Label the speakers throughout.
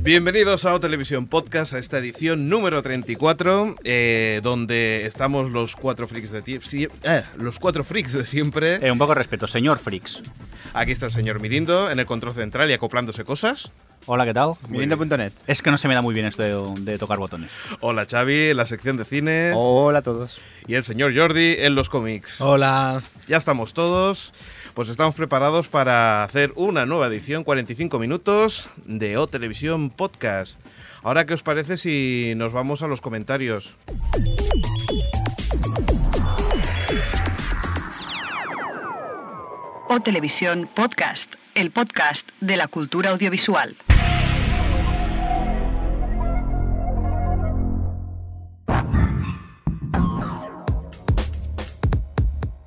Speaker 1: Bienvenidos a O Televisión Podcast, a esta edición número 34, eh, donde estamos los cuatro freaks de ti- sí, eh, los cuatro freaks de siempre.
Speaker 2: Eh, un poco de respeto, señor Frix.
Speaker 1: Aquí está el señor Mirindo en el control central y acoplándose cosas.
Speaker 2: Hola, ¿qué tal?
Speaker 3: Mirinda.net.
Speaker 2: Es que no se me da muy bien esto de, de tocar botones.
Speaker 1: Hola Xavi en la sección de cine
Speaker 4: Oh.
Speaker 3: Hola a todos.
Speaker 1: y el señor Jordi en los cómics.
Speaker 5: Hola.
Speaker 1: Ya estamos todos, pues estamos preparados para hacer una nueva edición, 45 minutos de O Televisión Podcast. Ahora, ¿qué os parece si nos vamos a los comentarios?
Speaker 6: O Televisión Podcast, el podcast de la cultura audiovisual.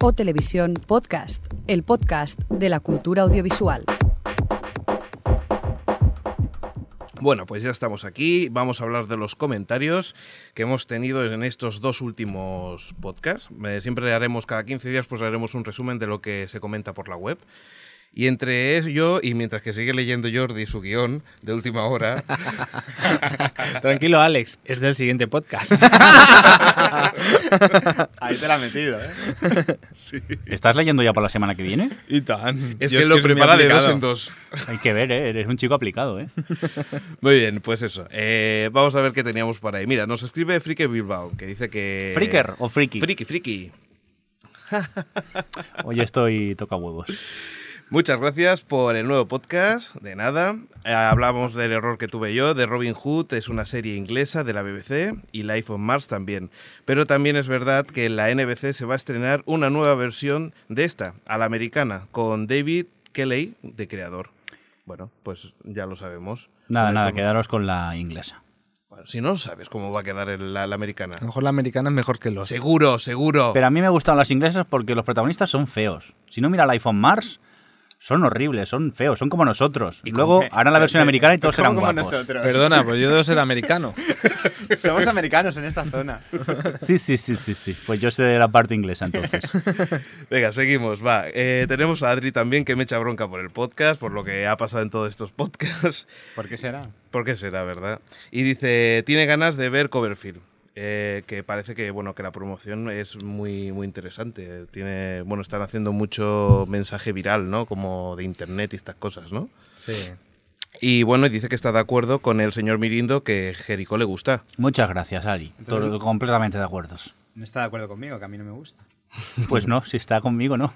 Speaker 6: O Televisión Podcast, el podcast de la cultura audiovisual.
Speaker 1: Bueno, pues ya estamos aquí. Vamos a hablar de los comentarios que hemos tenido en estos dos últimos podcasts. Eh, siempre haremos cada 15 días, pues haremos un resumen de lo que se comenta por la web. Y entre eso yo, y mientras que sigue leyendo Jordi su guión de última hora,
Speaker 5: Tranquilo, Alex. Es del siguiente podcast.
Speaker 3: Ahí te la has metido, ¿eh?
Speaker 2: ¿Estás leyendo ya para la semana que viene?
Speaker 5: Y tan.
Speaker 1: es
Speaker 5: Yo
Speaker 1: que lo
Speaker 5: muy
Speaker 1: prepara de dos
Speaker 5: aplicado.
Speaker 1: en dos.
Speaker 2: Hay que ver, ¿eh? Eres un chico aplicado, ¿eh?
Speaker 1: Muy bien, pues eso. Eh, vamos a ver qué teníamos para ahí. Mira, nos escribe Frike Bilbao, que dice
Speaker 3: Eh,
Speaker 1: que...
Speaker 2: ¿Freaker o friki?
Speaker 1: Friki, friki.
Speaker 2: Hoy estoy toca huevos.
Speaker 1: Muchas gracias por el nuevo podcast. De nada. Eh, Hablábamos del error que tuve yo, de Robin Hood, es una serie inglesa de la BBC y Life on Mars también. Pero también es verdad que en la NBC se va a estrenar una nueva versión de esta, a la americana, con David Kelly de creador. Bueno, pues ya lo sabemos.
Speaker 2: Nada,
Speaker 1: Life
Speaker 2: nada,
Speaker 1: on-
Speaker 2: quedaros con la inglesa.
Speaker 1: Bueno, si no sabes cómo va a quedar el- la, la americana.
Speaker 5: A lo mejor la americana es mejor que los.
Speaker 1: Seguro, seguro.
Speaker 2: Pero a mí me gustan las inglesas porque los protagonistas son feos. Si no mira el iPhone Mars, son horribles, son feos, son como nosotros. Y luego harán la versión americana y todos
Speaker 3: Como-
Speaker 2: serán
Speaker 3: como
Speaker 2: guapos.
Speaker 3: nosotros.
Speaker 5: Perdona, pues yo debo ser americano.
Speaker 3: Somos americanos en esta zona.
Speaker 2: Sí, sí, sí, sí, sí. Pues yo sé de la parte inglesa entonces.
Speaker 1: Venga, seguimos, va. Eh, tenemos a Adri también que me echa bronca por el podcast, por lo que ha pasado en todos estos podcasts.
Speaker 3: ¿Por qué será?
Speaker 1: ¿Por qué será, verdad? Y dice, tiene ganas de ver Coverfield. eh, que parece que bueno que la promoción es muy muy interesante tiene bueno están haciendo mucho mensaje viral no como de internet y estas cosas no
Speaker 5: Sí.
Speaker 1: y bueno dice que está de acuerdo con el señor Mirindo que Jericó le gusta
Speaker 2: Muchas gracias, Ari.
Speaker 3: Entonces-
Speaker 2: Todo- completamente de acuerdo.
Speaker 3: No está de acuerdo conmigo, que a mí no me gusta.
Speaker 2: Pues no, si está conmigo, no.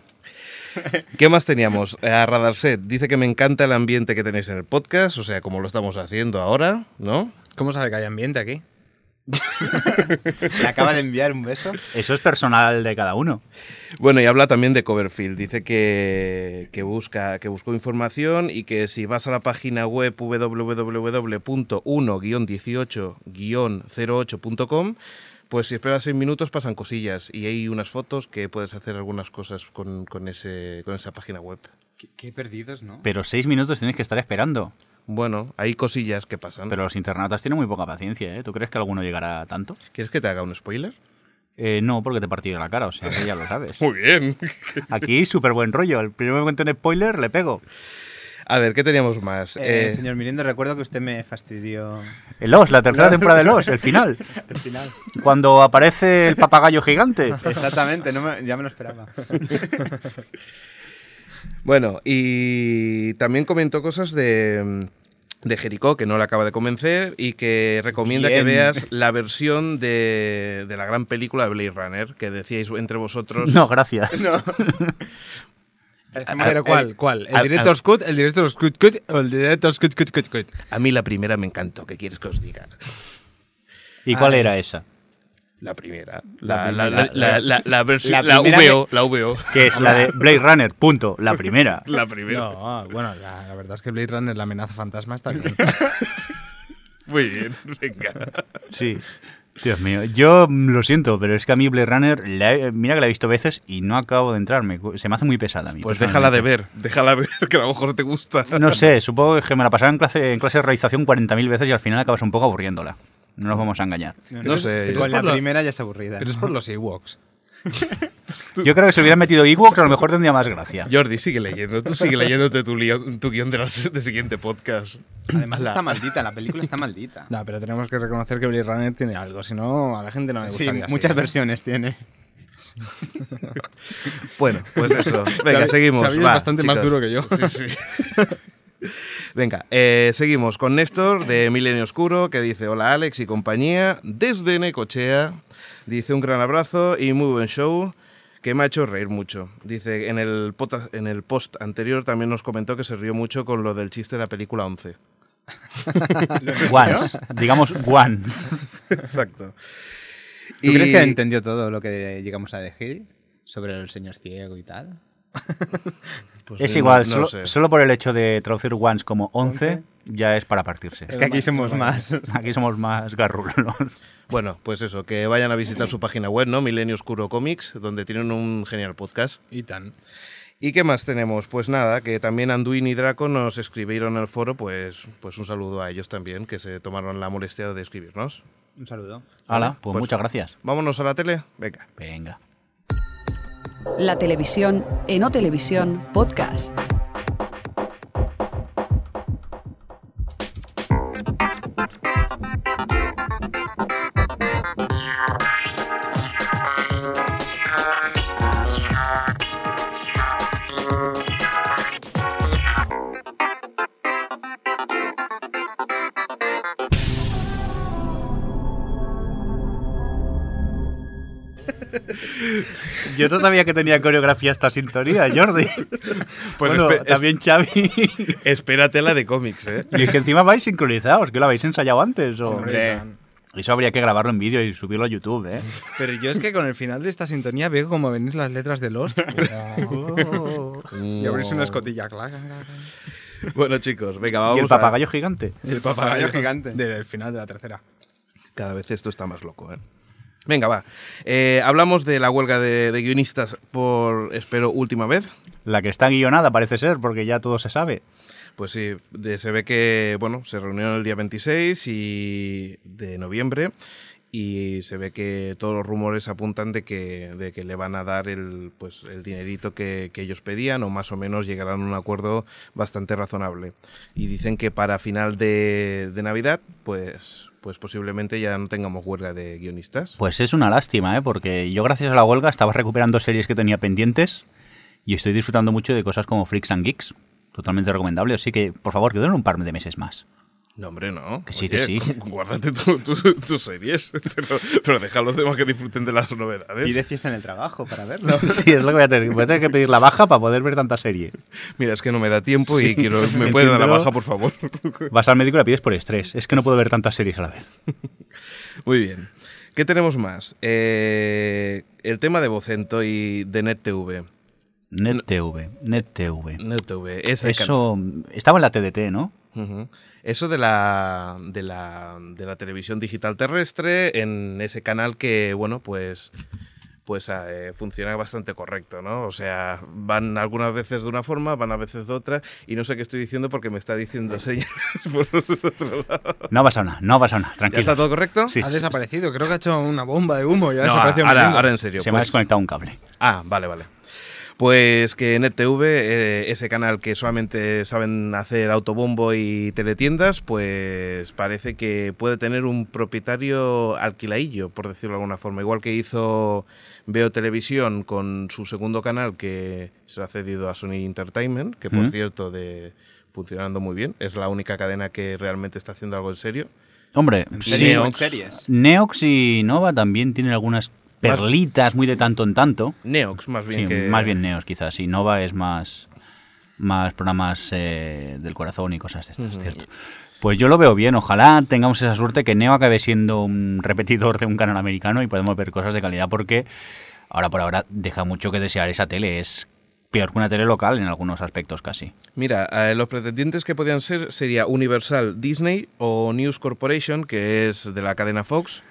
Speaker 1: qué más teníamos Eh, a Radarset dice que me encanta el ambiente que tenéis en el podcast o sea como lo estamos haciendo ahora no
Speaker 5: ¿Cómo sabe que hay ambiente aquí?
Speaker 3: Le acaba de enviar un beso.
Speaker 2: Eso es personal de cada uno.
Speaker 1: Bueno, y habla también de Coverfield. Dice que, que busca, que buscó información y que si vas a la página web www.1-18-08.com, pues si esperas 6 minutos pasan cosillas. Y hay unas fotos que puedes hacer algunas cosas con, con ese, con esa página web.
Speaker 3: Qué, qué perdidos, ¿no?
Speaker 2: Pero seis minutos tienes que estar esperando.
Speaker 1: Bueno, hay cosillas que pasan.
Speaker 2: Pero los internautas tienen muy poca paciencia, ¿eh? ¿Tú crees que alguno llegará a tanto?
Speaker 1: ¿Quieres que te haga un spoiler?
Speaker 2: Eh, no, porque te partiré la cara, o sea, que ya lo sabes.
Speaker 1: Muy bien.
Speaker 2: Aquí, súper buen rollo. El primer momento en spoiler, le pego.
Speaker 1: A ver, ¿qué teníamos más?
Speaker 3: Eh,
Speaker 1: Eh,
Speaker 3: Señor Mirindo, recuerdo que usted me fastidió
Speaker 2: El Os, la tercera temporada del Os, el final.
Speaker 3: al final.
Speaker 2: Cuando aparece el papagayo gigante.
Speaker 3: Exactamente, no me- ya me lo esperaba.
Speaker 1: Bueno, y también comentó cosas de, de Jericó, que no le acaba de convencer, y que recomienda
Speaker 3: Bien.
Speaker 1: que veas la versión de, de la gran película de Blade Runner, que decíais entre vosotros.
Speaker 2: No, gracias.
Speaker 5: ¿Pero cuál? ¿Cuál?
Speaker 1: a-
Speaker 5: ¿El director Scoot? ¿El director Scoot Cut? ¿O el director Scoot Cut Cut Cut?
Speaker 1: A mí la primera me encantó, ¿qué quieres que os diga?
Speaker 2: ¿Y cuál era esa?
Speaker 1: La primera. La,
Speaker 2: La
Speaker 1: la,
Speaker 2: primera,
Speaker 1: la- la- la- la versión. La,
Speaker 3: la primera
Speaker 1: VO. La VO.
Speaker 2: Que es la de Blade Runner, punto. La primera.
Speaker 1: La primera.
Speaker 5: No, bueno, la, la verdad es que Blade Runner, la amenaza fantasma, está bien.
Speaker 1: Muy bien, venga.
Speaker 2: Sí. Dios mío, yo mm, lo siento, pero es que a mí Blade Runner, la he- mira que la he visto veces y no acabo de entrarme. Se me hace muy pesada a mí.
Speaker 1: Pues déjala
Speaker 2: personalmente.
Speaker 1: de ver, déjala ver, que a lo mejor te gusta.
Speaker 2: No sé, supongo que me la pasaron en clase, en clase de realización 40.000 veces y al final acabas un poco aburriéndola. No nos vamos a engañar.
Speaker 1: No sé,
Speaker 3: Con
Speaker 1: es
Speaker 3: la
Speaker 1: por la-
Speaker 3: primera ya es aburrida.
Speaker 5: Pero es por los Ewoks.
Speaker 2: Yo creo que si hubieran metido Ewoks a lo mejor tendría más gracia.
Speaker 1: Jordi, sigue leyendo. Tú sigue leyéndote tu, lio- tu guión de la- del siguiente podcast.
Speaker 3: Además
Speaker 1: La-
Speaker 3: está maldita, la película está maldita.
Speaker 5: No, pero tenemos que reconocer que Blade Runner tiene algo, si no a la gente no le
Speaker 3: Sí,
Speaker 5: gustaría. así,
Speaker 3: muchas
Speaker 5: ¿eh?
Speaker 3: versiones tiene.
Speaker 1: Bueno, pues eso. Venga,
Speaker 5: Xavi-
Speaker 1: seguimos.
Speaker 5: Xavi es
Speaker 1: va,
Speaker 5: bastante más
Speaker 1: chicos.
Speaker 5: duro que yo.
Speaker 1: Sí, sí. Venga, eh, seguimos con Néstor de Milenio Oscuro que dice: Hola Alex y compañía, desde Necochea. Dice un gran abrazo y muy buen show que me ha hecho reír mucho. Dice, en el, pota- en el post anterior también nos comentó que se rió mucho con lo del chiste de la película 11.
Speaker 2: Once, digamos once.
Speaker 1: Exacto.
Speaker 3: ¿Tú crees que entendió todo lo que llegamos a decir sobre el señor ciego y tal?
Speaker 1: Pues
Speaker 2: Es
Speaker 1: sí,
Speaker 2: igual,
Speaker 1: no- no
Speaker 2: solo,
Speaker 1: sé.
Speaker 2: solo por el hecho de traducir once como once ya es para partirse.
Speaker 3: Es que aquí somos más.
Speaker 2: Aquí somos más garrulos.
Speaker 1: Bueno, pues eso, que vayan a visitar su página web, ¿no? Milenio Oscuro Comics, donde tienen un genial podcast.
Speaker 5: Y tan.
Speaker 1: ¿Y qué más tenemos? Pues nada, que también Anduin y Draco nos escribieron en el foro, pues, pues un saludo a ellos también, que se tomaron la molestia de escribirnos.
Speaker 3: Un saludo.
Speaker 2: Hala, pues
Speaker 1: Pues-
Speaker 2: muchas gracias.
Speaker 1: Vámonos a la tele, venga.
Speaker 2: Venga.
Speaker 6: La televisión en O Televisión Podcast.
Speaker 2: Yo no sabía que tenía coreografía esta sintonía, Jordi.
Speaker 1: Pues
Speaker 2: bueno,
Speaker 1: espe- es-
Speaker 2: también Xavi.
Speaker 1: Espératela de cómics, ¿eh?
Speaker 2: y es que encima vais sincronizados, que lo habéis ensayado antes. O...
Speaker 1: Hombre.
Speaker 2: Eso habría que grabarlo en vídeo y subirlo a YouTube, ¿eh?
Speaker 5: Pero yo es que con el final de esta sintonía veo como venir las letras de los.
Speaker 3: Y abrirse una escotilla, claro.
Speaker 1: Bueno, chicos, venga, vamos
Speaker 2: y el
Speaker 1: a-
Speaker 2: papagayo gigante.
Speaker 5: El
Speaker 3: papagayo gigante.
Speaker 5: Del final de la tercera.
Speaker 1: Cada vez esto está más loco, ¿eh? Venga, va. Eh, hablamos de la huelga de, de guionistas por, espero, última vez.
Speaker 2: La que está guionada parece ser, porque ya todo se sabe.
Speaker 1: Pues sí, de- se ve que, bueno, se reunieron el día 26 y de noviembre y se ve que todos los rumores apuntan de que, de que le van a dar el, pues, el dinerito que, que ellos pedían o más o menos llegarán a un acuerdo bastante razonable. Y dicen que para final de, de Navidad, pues, pues posiblemente ya no tengamos huelga de guionistas.
Speaker 2: Pues es una lástima, ¿eh? porque yo gracias a la huelga estaba recuperando series que tenía pendientes y estoy disfrutando mucho de cosas como Freaks and Geeks, totalmente recomendable, así que por favor que duren un par de meses más.
Speaker 1: No, hombre, no.
Speaker 2: Que sí, que sí.
Speaker 1: Guárdate tu- tu- tus series, pero, pero deja a los demás que disfruten de las novedades.
Speaker 3: Y de fiesta en el trabajo para verlo.
Speaker 2: Sí, es lo que voy a tener, voy a tener que pedir la baja para poder ver tanta serie.
Speaker 1: Mira, es que no me da tiempo y
Speaker 2: Sí,
Speaker 1: quiero, me puede dar la
Speaker 2: entiéndelo.
Speaker 1: baja, por favor.
Speaker 2: Vas al médico y la pides por estrés, es que no puedo ver tantas series a la vez.
Speaker 1: Muy bien. ¿Qué tenemos más? Eh, el tema de Vocento y de NetTV.
Speaker 2: NetTV, NetTV.
Speaker 1: NetTV, ese can-
Speaker 2: Eso estaba en la TDT, ¿no?
Speaker 1: Ujú. Eso de la, de, la, de la televisión digital terrestre en ese canal que, bueno, pues pues eh, funciona bastante correcto, ¿no? O sea, van algunas veces de una forma, van a veces de otra, y no sé qué estoy diciendo porque me está diciendo señas por otro lado.
Speaker 2: No ha pasado nada, no ha pasado nada,
Speaker 1: ¿Ya
Speaker 2: tranquilo.
Speaker 1: está todo correcto?
Speaker 2: Sí,
Speaker 5: Ha
Speaker 2: se
Speaker 5: desaparecido, creo que ha hecho una bomba de humo. Ya ha
Speaker 1: No,
Speaker 5: desaparecido
Speaker 1: ahora,
Speaker 5: Mirindo.
Speaker 1: ahora en serio.
Speaker 2: me ha
Speaker 1: pues-
Speaker 2: desconectado un cable.
Speaker 1: Ah, vale, vale. Pues que NetTV, eh, ese canal que solamente saben hacer autobombo y teletiendas, pues parece que puede tener un propietario alquilaillo, por decirlo de alguna forma. Igual que hizo Veo Televisión con su segundo canal que se lo ha cedido a Sony Entertainment, que por
Speaker 2: ¿Mm?
Speaker 1: cierto, de funcionando muy bien. Es la única cadena que realmente está haciendo algo en serio.
Speaker 2: Hombre,
Speaker 3: En
Speaker 2: sí.
Speaker 3: serio, en
Speaker 1: Neox.
Speaker 3: series.
Speaker 2: Neox y Nova también tienen algunas perlitas muy de tanto en tanto.
Speaker 1: Neox, más bien
Speaker 2: Sí,
Speaker 1: que...
Speaker 2: más bien Neox quizás. Y Nova es más, más programas eh, del corazón y cosas de estas, ¿cierto? Pues yo lo veo bien. Ojalá tengamos esa suerte que Neo acabe siendo un repetidor de un canal americano y podemos ver cosas de calidad porque ahora por ahora deja mucho que desear esa tele. Es peor que una tele local en algunos aspectos casi.
Speaker 1: Mira, eh, los pretendientes que podían ser sería Universal Disney o News Corporation, que es de la cadena Fox,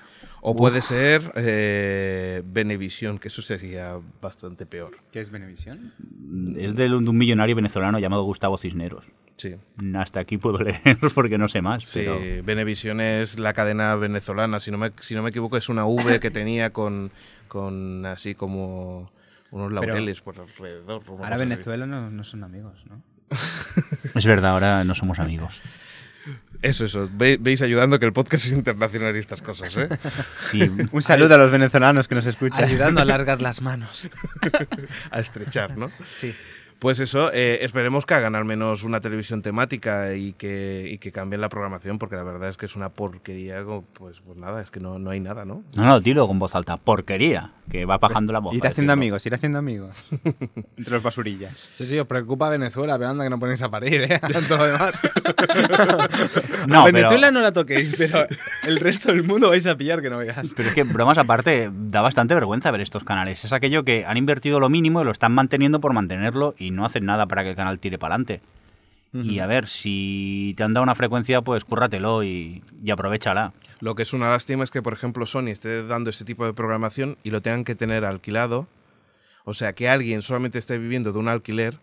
Speaker 1: O puede ser eh, Benevisión, que eso sería bastante peor.
Speaker 3: ¿Qué es Benevisión?
Speaker 2: Mm, Es de un, de un millonario venezolano llamado Gustavo Cisneros.
Speaker 1: Sí.
Speaker 2: Hasta aquí puedo leer porque no sé más.
Speaker 1: Sí,
Speaker 2: pero-
Speaker 1: Venevisión es la cadena venezolana, si no me, si no me equivoco, es una V que tenía con, con así como unos laureles por alrededor. una cosa
Speaker 3: Ahora
Speaker 1: así.
Speaker 3: Venezuela no, no son amigos, ¿no?
Speaker 2: Es verdad, ahora no somos amigos.
Speaker 1: Eso, eso. Ve- veis ayudando que el podcast es internacional y estas cosas, ¿eh?
Speaker 2: Sí,
Speaker 3: Un saludo a los venezolanos que nos escuchan.
Speaker 5: Ayudando a alargar las manos.
Speaker 1: A estrechar, ¿no?
Speaker 5: Sí.
Speaker 1: Pues eso, eh, esperemos que hagan al menos una televisión temática y que, y que cambien la programación, porque la verdad es que es una porquería, como, pues, pues nada, es que no, no hay nada, ¿no?
Speaker 2: No, no, tiro con voz alta. Porquería. Que va bajando la voz.
Speaker 3: Ir
Speaker 2: para
Speaker 3: Pues, haciendo
Speaker 2: decirlo.
Speaker 3: amigos, ir haciendo amigos. Entre los basurillas.
Speaker 5: Sí, sí, os preocupa Venezuela, pero anda que no ponéis a parir, ¿eh? A todo lo demás.
Speaker 2: No,
Speaker 5: a
Speaker 2: pero-
Speaker 5: Venezuela no la toquéis, pero el resto del mundo vais a pillar que no veas.
Speaker 2: Pero es que, bromas aparte, da bastante vergüenza ver estos canales. Es aquello que han invertido lo mínimo y lo están manteniendo por mantenerlo y no hacen nada para que el canal tire para adelante. Y a ver, si te han dado una frecuencia, pues cúrratelo y, y aprovechala.
Speaker 1: Lo que es una lástima es que, por ejemplo, Sony esté dando este tipo de programación y lo tengan que tener alquilado. O sea, que alguien solamente esté viviendo de un alquiler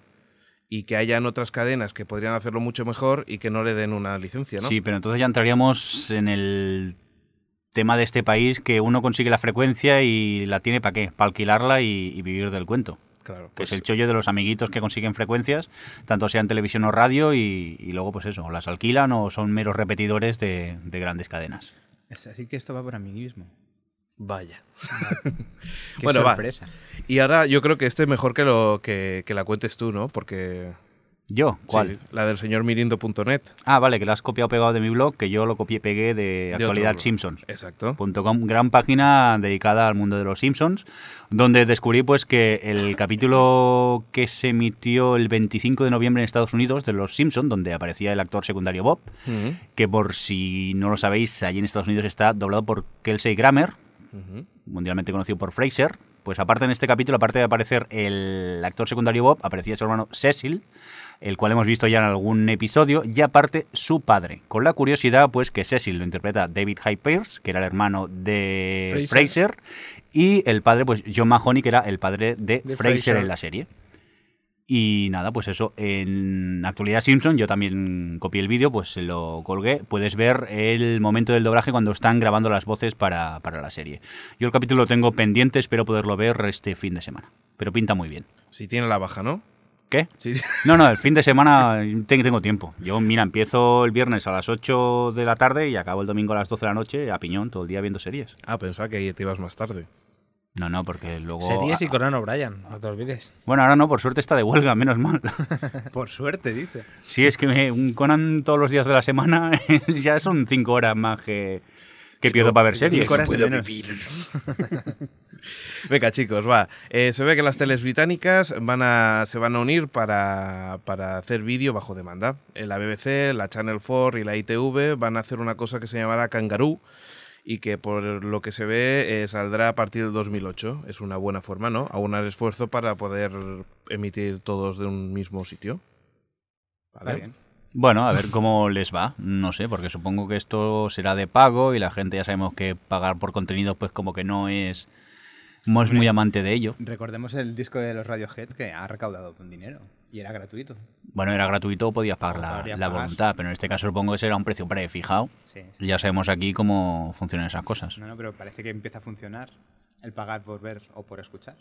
Speaker 1: y que hayan otras cadenas que podrían hacerlo mucho mejor y que no le den una licencia, ¿no?
Speaker 2: Sí, pero entonces ya entraríamos en el tema de este país que uno consigue la frecuencia y la tiene para qué, para alquilarla y, y vivir del cuento.
Speaker 1: Claro,
Speaker 2: Pues
Speaker 1: pues,
Speaker 2: el chollo de los amiguitos que consiguen frecuencias, tanto sea en televisión o radio, y, y luego pues eso, las alquilan o son meros repetidores de, de grandes cadenas.
Speaker 3: Es así que esto va por amiguismo.
Speaker 1: vaya.
Speaker 3: Qué
Speaker 1: Bueno, va.
Speaker 3: sorpresa.
Speaker 1: Y ahora yo creo que este es mejor que, lo, que, que la cuentes tú, ¿no? Porque...
Speaker 2: ¿Yo? ¿Cuál?
Speaker 1: sí, la del señor mirindo.net.
Speaker 2: Ah, vale, que la has copiado pegado de mi blog, que yo lo copié pegué de
Speaker 1: otro
Speaker 2: Actualidad
Speaker 1: blog.
Speaker 2: Simpsons.
Speaker 1: Exacto.
Speaker 2: .com, gran página dedicada al mundo de los Simpsons, donde descubrí pues que el capítulo que se emitió el 25 de noviembre en Estados Unidos de los Simpsons, donde aparecía el actor secundario Bob,
Speaker 1: Ujú,
Speaker 2: que por si no lo sabéis, allí en Estados Unidos está doblado por Kelsey Grammer,
Speaker 1: ujú.
Speaker 2: mundialmente conocido por Fraser. Pues aparte en este capítulo, aparte de aparecer el actor secundario Bob, aparecía su hermano Cecil, el cual hemos visto ya en algún episodio, y aparte su padre. Con la curiosidad, pues que Cecil lo interpreta David Hyde Pierce, que era el hermano de Fraser,
Speaker 5: Fraser.
Speaker 2: y el padre, pues John Mahoney, que era el padre de,
Speaker 5: De
Speaker 2: Fraser
Speaker 5: Fraser.
Speaker 2: en la serie. Y nada, pues eso, en Actualidad Simpson, yo también copié el vídeo, pues se lo colgué. Puedes ver el momento del doblaje cuando están grabando las voces para, para la serie. Yo el capítulo lo tengo pendiente, espero poderlo ver este fin de semana. Pero pinta muy bien.
Speaker 1: Si tiene la baja, ¿no?
Speaker 2: ¿Qué?
Speaker 1: Sí.
Speaker 2: No, no, el fin de semana te- tengo tiempo. Yo, mira, empiezo el viernes a las 8 de la tarde y acabo el domingo a las 12 de la noche a piñón, todo el día viendo series.
Speaker 1: Ah, pensaba que ahí te ibas más tarde.
Speaker 2: No, no, porque luego...
Speaker 5: Series y
Speaker 2: Ah,
Speaker 5: Conan O'Brien, no te olvides.
Speaker 2: Bueno, ahora no, por suerte está de huelga, menos mal.
Speaker 3: Por suerte, dice.
Speaker 2: Sí, es que me- un Conan todos los días de la semana ya son cinco horas más que, que pierdo para ver series.
Speaker 3: Cinco horas de menos.
Speaker 1: Venga, chicos, va. Eh, se ve que las teles británicas van a, se van a unir para, para hacer vídeo bajo demanda. Eh, la BBC, la Channel 4 y la ITV van a hacer una cosa que se llamará Kangaroo y que por lo que se ve eh, saldrá a partir del 2008. Es una buena forma, ¿no? Aunar esfuerzo para poder emitir todos de un mismo sitio.
Speaker 3: Está bien.
Speaker 2: Bueno, a ver cómo les va. No sé, porque supongo que esto será de pago y la gente ya sabemos que pagar por contenido pues como que no es, no es muy amante de ello.
Speaker 3: Recordemos el disco de los Radiohead que ha recaudado con dinero y era gratuito.
Speaker 2: Bueno, era gratuito o podías pagar la,
Speaker 3: Podrías
Speaker 2: la
Speaker 3: pagar.
Speaker 2: voluntad, pero en este caso supongo que será un precio prefijado.
Speaker 3: Sí, sí.
Speaker 2: Ya sabemos aquí cómo funcionan esas cosas.
Speaker 3: No, no, pero parece que empieza a funcionar el pagar por ver o por escuchar.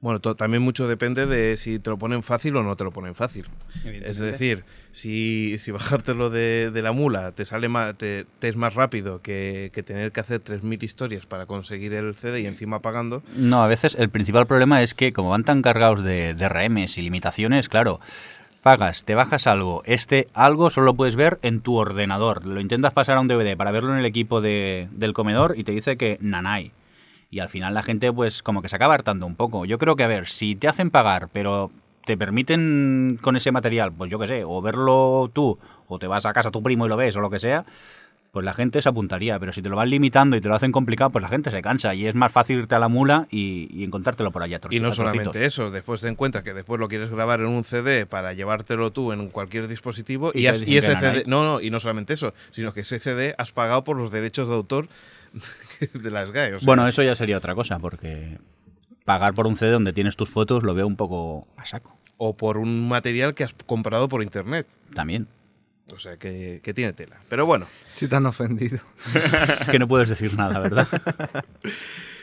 Speaker 1: Bueno, to- también mucho depende de si te lo ponen fácil o no te lo ponen fácil. Es
Speaker 3: Evidentemente.
Speaker 1: decir, si, si bajártelo de, de la mula te sale ma- te, te es más rápido que, que tener que hacer 3.000 historias para conseguir el CD y encima pagando,
Speaker 2: No, a veces el principal problema es que como van tan cargados de, de RMs y limitaciones, claro, pagas, te bajas algo, este algo solo lo puedes ver en tu ordenador, lo intentas pasar a un DVD para verlo en el equipo de- del comedor y te dice que nanay. Y al final la gente pues como que se acaba hartando un poco. Yo creo que a ver, si te hacen pagar pero te permiten con ese material, pues yo qué sé, o verlo tú o te vas a casa a tu primo y lo ves o lo que sea, pues la gente se apuntaría, pero si te lo van limitando y te lo hacen complicado, pues la gente se cansa y es más fácil irte a la mula y, y encontrártelo por allá.
Speaker 1: y
Speaker 2: troci-
Speaker 1: no
Speaker 2: a trocitos.
Speaker 1: solamente eso, después te encuentras que después lo quieres grabar en un CD para llevártelo tú en cualquier dispositivo
Speaker 2: Y
Speaker 1: y,
Speaker 2: te
Speaker 1: has- y
Speaker 2: dicen que
Speaker 1: ese CD,
Speaker 2: no, ¿eh? ¿no?
Speaker 1: no, no, y no solamente eso, sino que ese CD has pagado por los derechos de autor de las GAE. o sea,
Speaker 2: Bueno, eso ya sería otra cosa, porque pagar por un CD donde tienes tus fotos lo veo un poco a saco.
Speaker 1: O por un material que has comprado por internet.
Speaker 2: También.
Speaker 1: O sea, que, que tiene tela. Pero bueno,
Speaker 4: Estoy tan ofendido.
Speaker 2: Que no puedes decir nada, ¿verdad?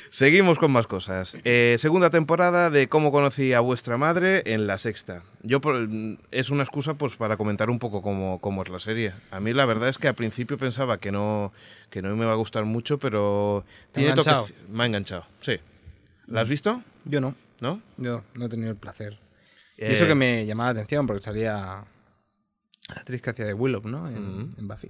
Speaker 1: seguimos con más cosas. Eh, segunda temporada de Cómo conocí a vuestra madre en la sexta. Yo por- es una excusa pues para comentar un poco cómo, cómo es la serie. A mí la verdad es que al principio pensaba que no, que no me va a gustar mucho, pero
Speaker 4: ¿Te ha
Speaker 1: toque-
Speaker 4: enganchado?
Speaker 1: Me ha enganchado, sí. ¿La has visto?
Speaker 4: Yo no.
Speaker 1: ¿No?
Speaker 4: Yo no he tenido el placer.
Speaker 1: Eh,
Speaker 4: Y eso que me llamaba la atención, porque salía la actriz que hacía de Willow, ¿no? En,
Speaker 1: Ujú.
Speaker 4: en Buffy.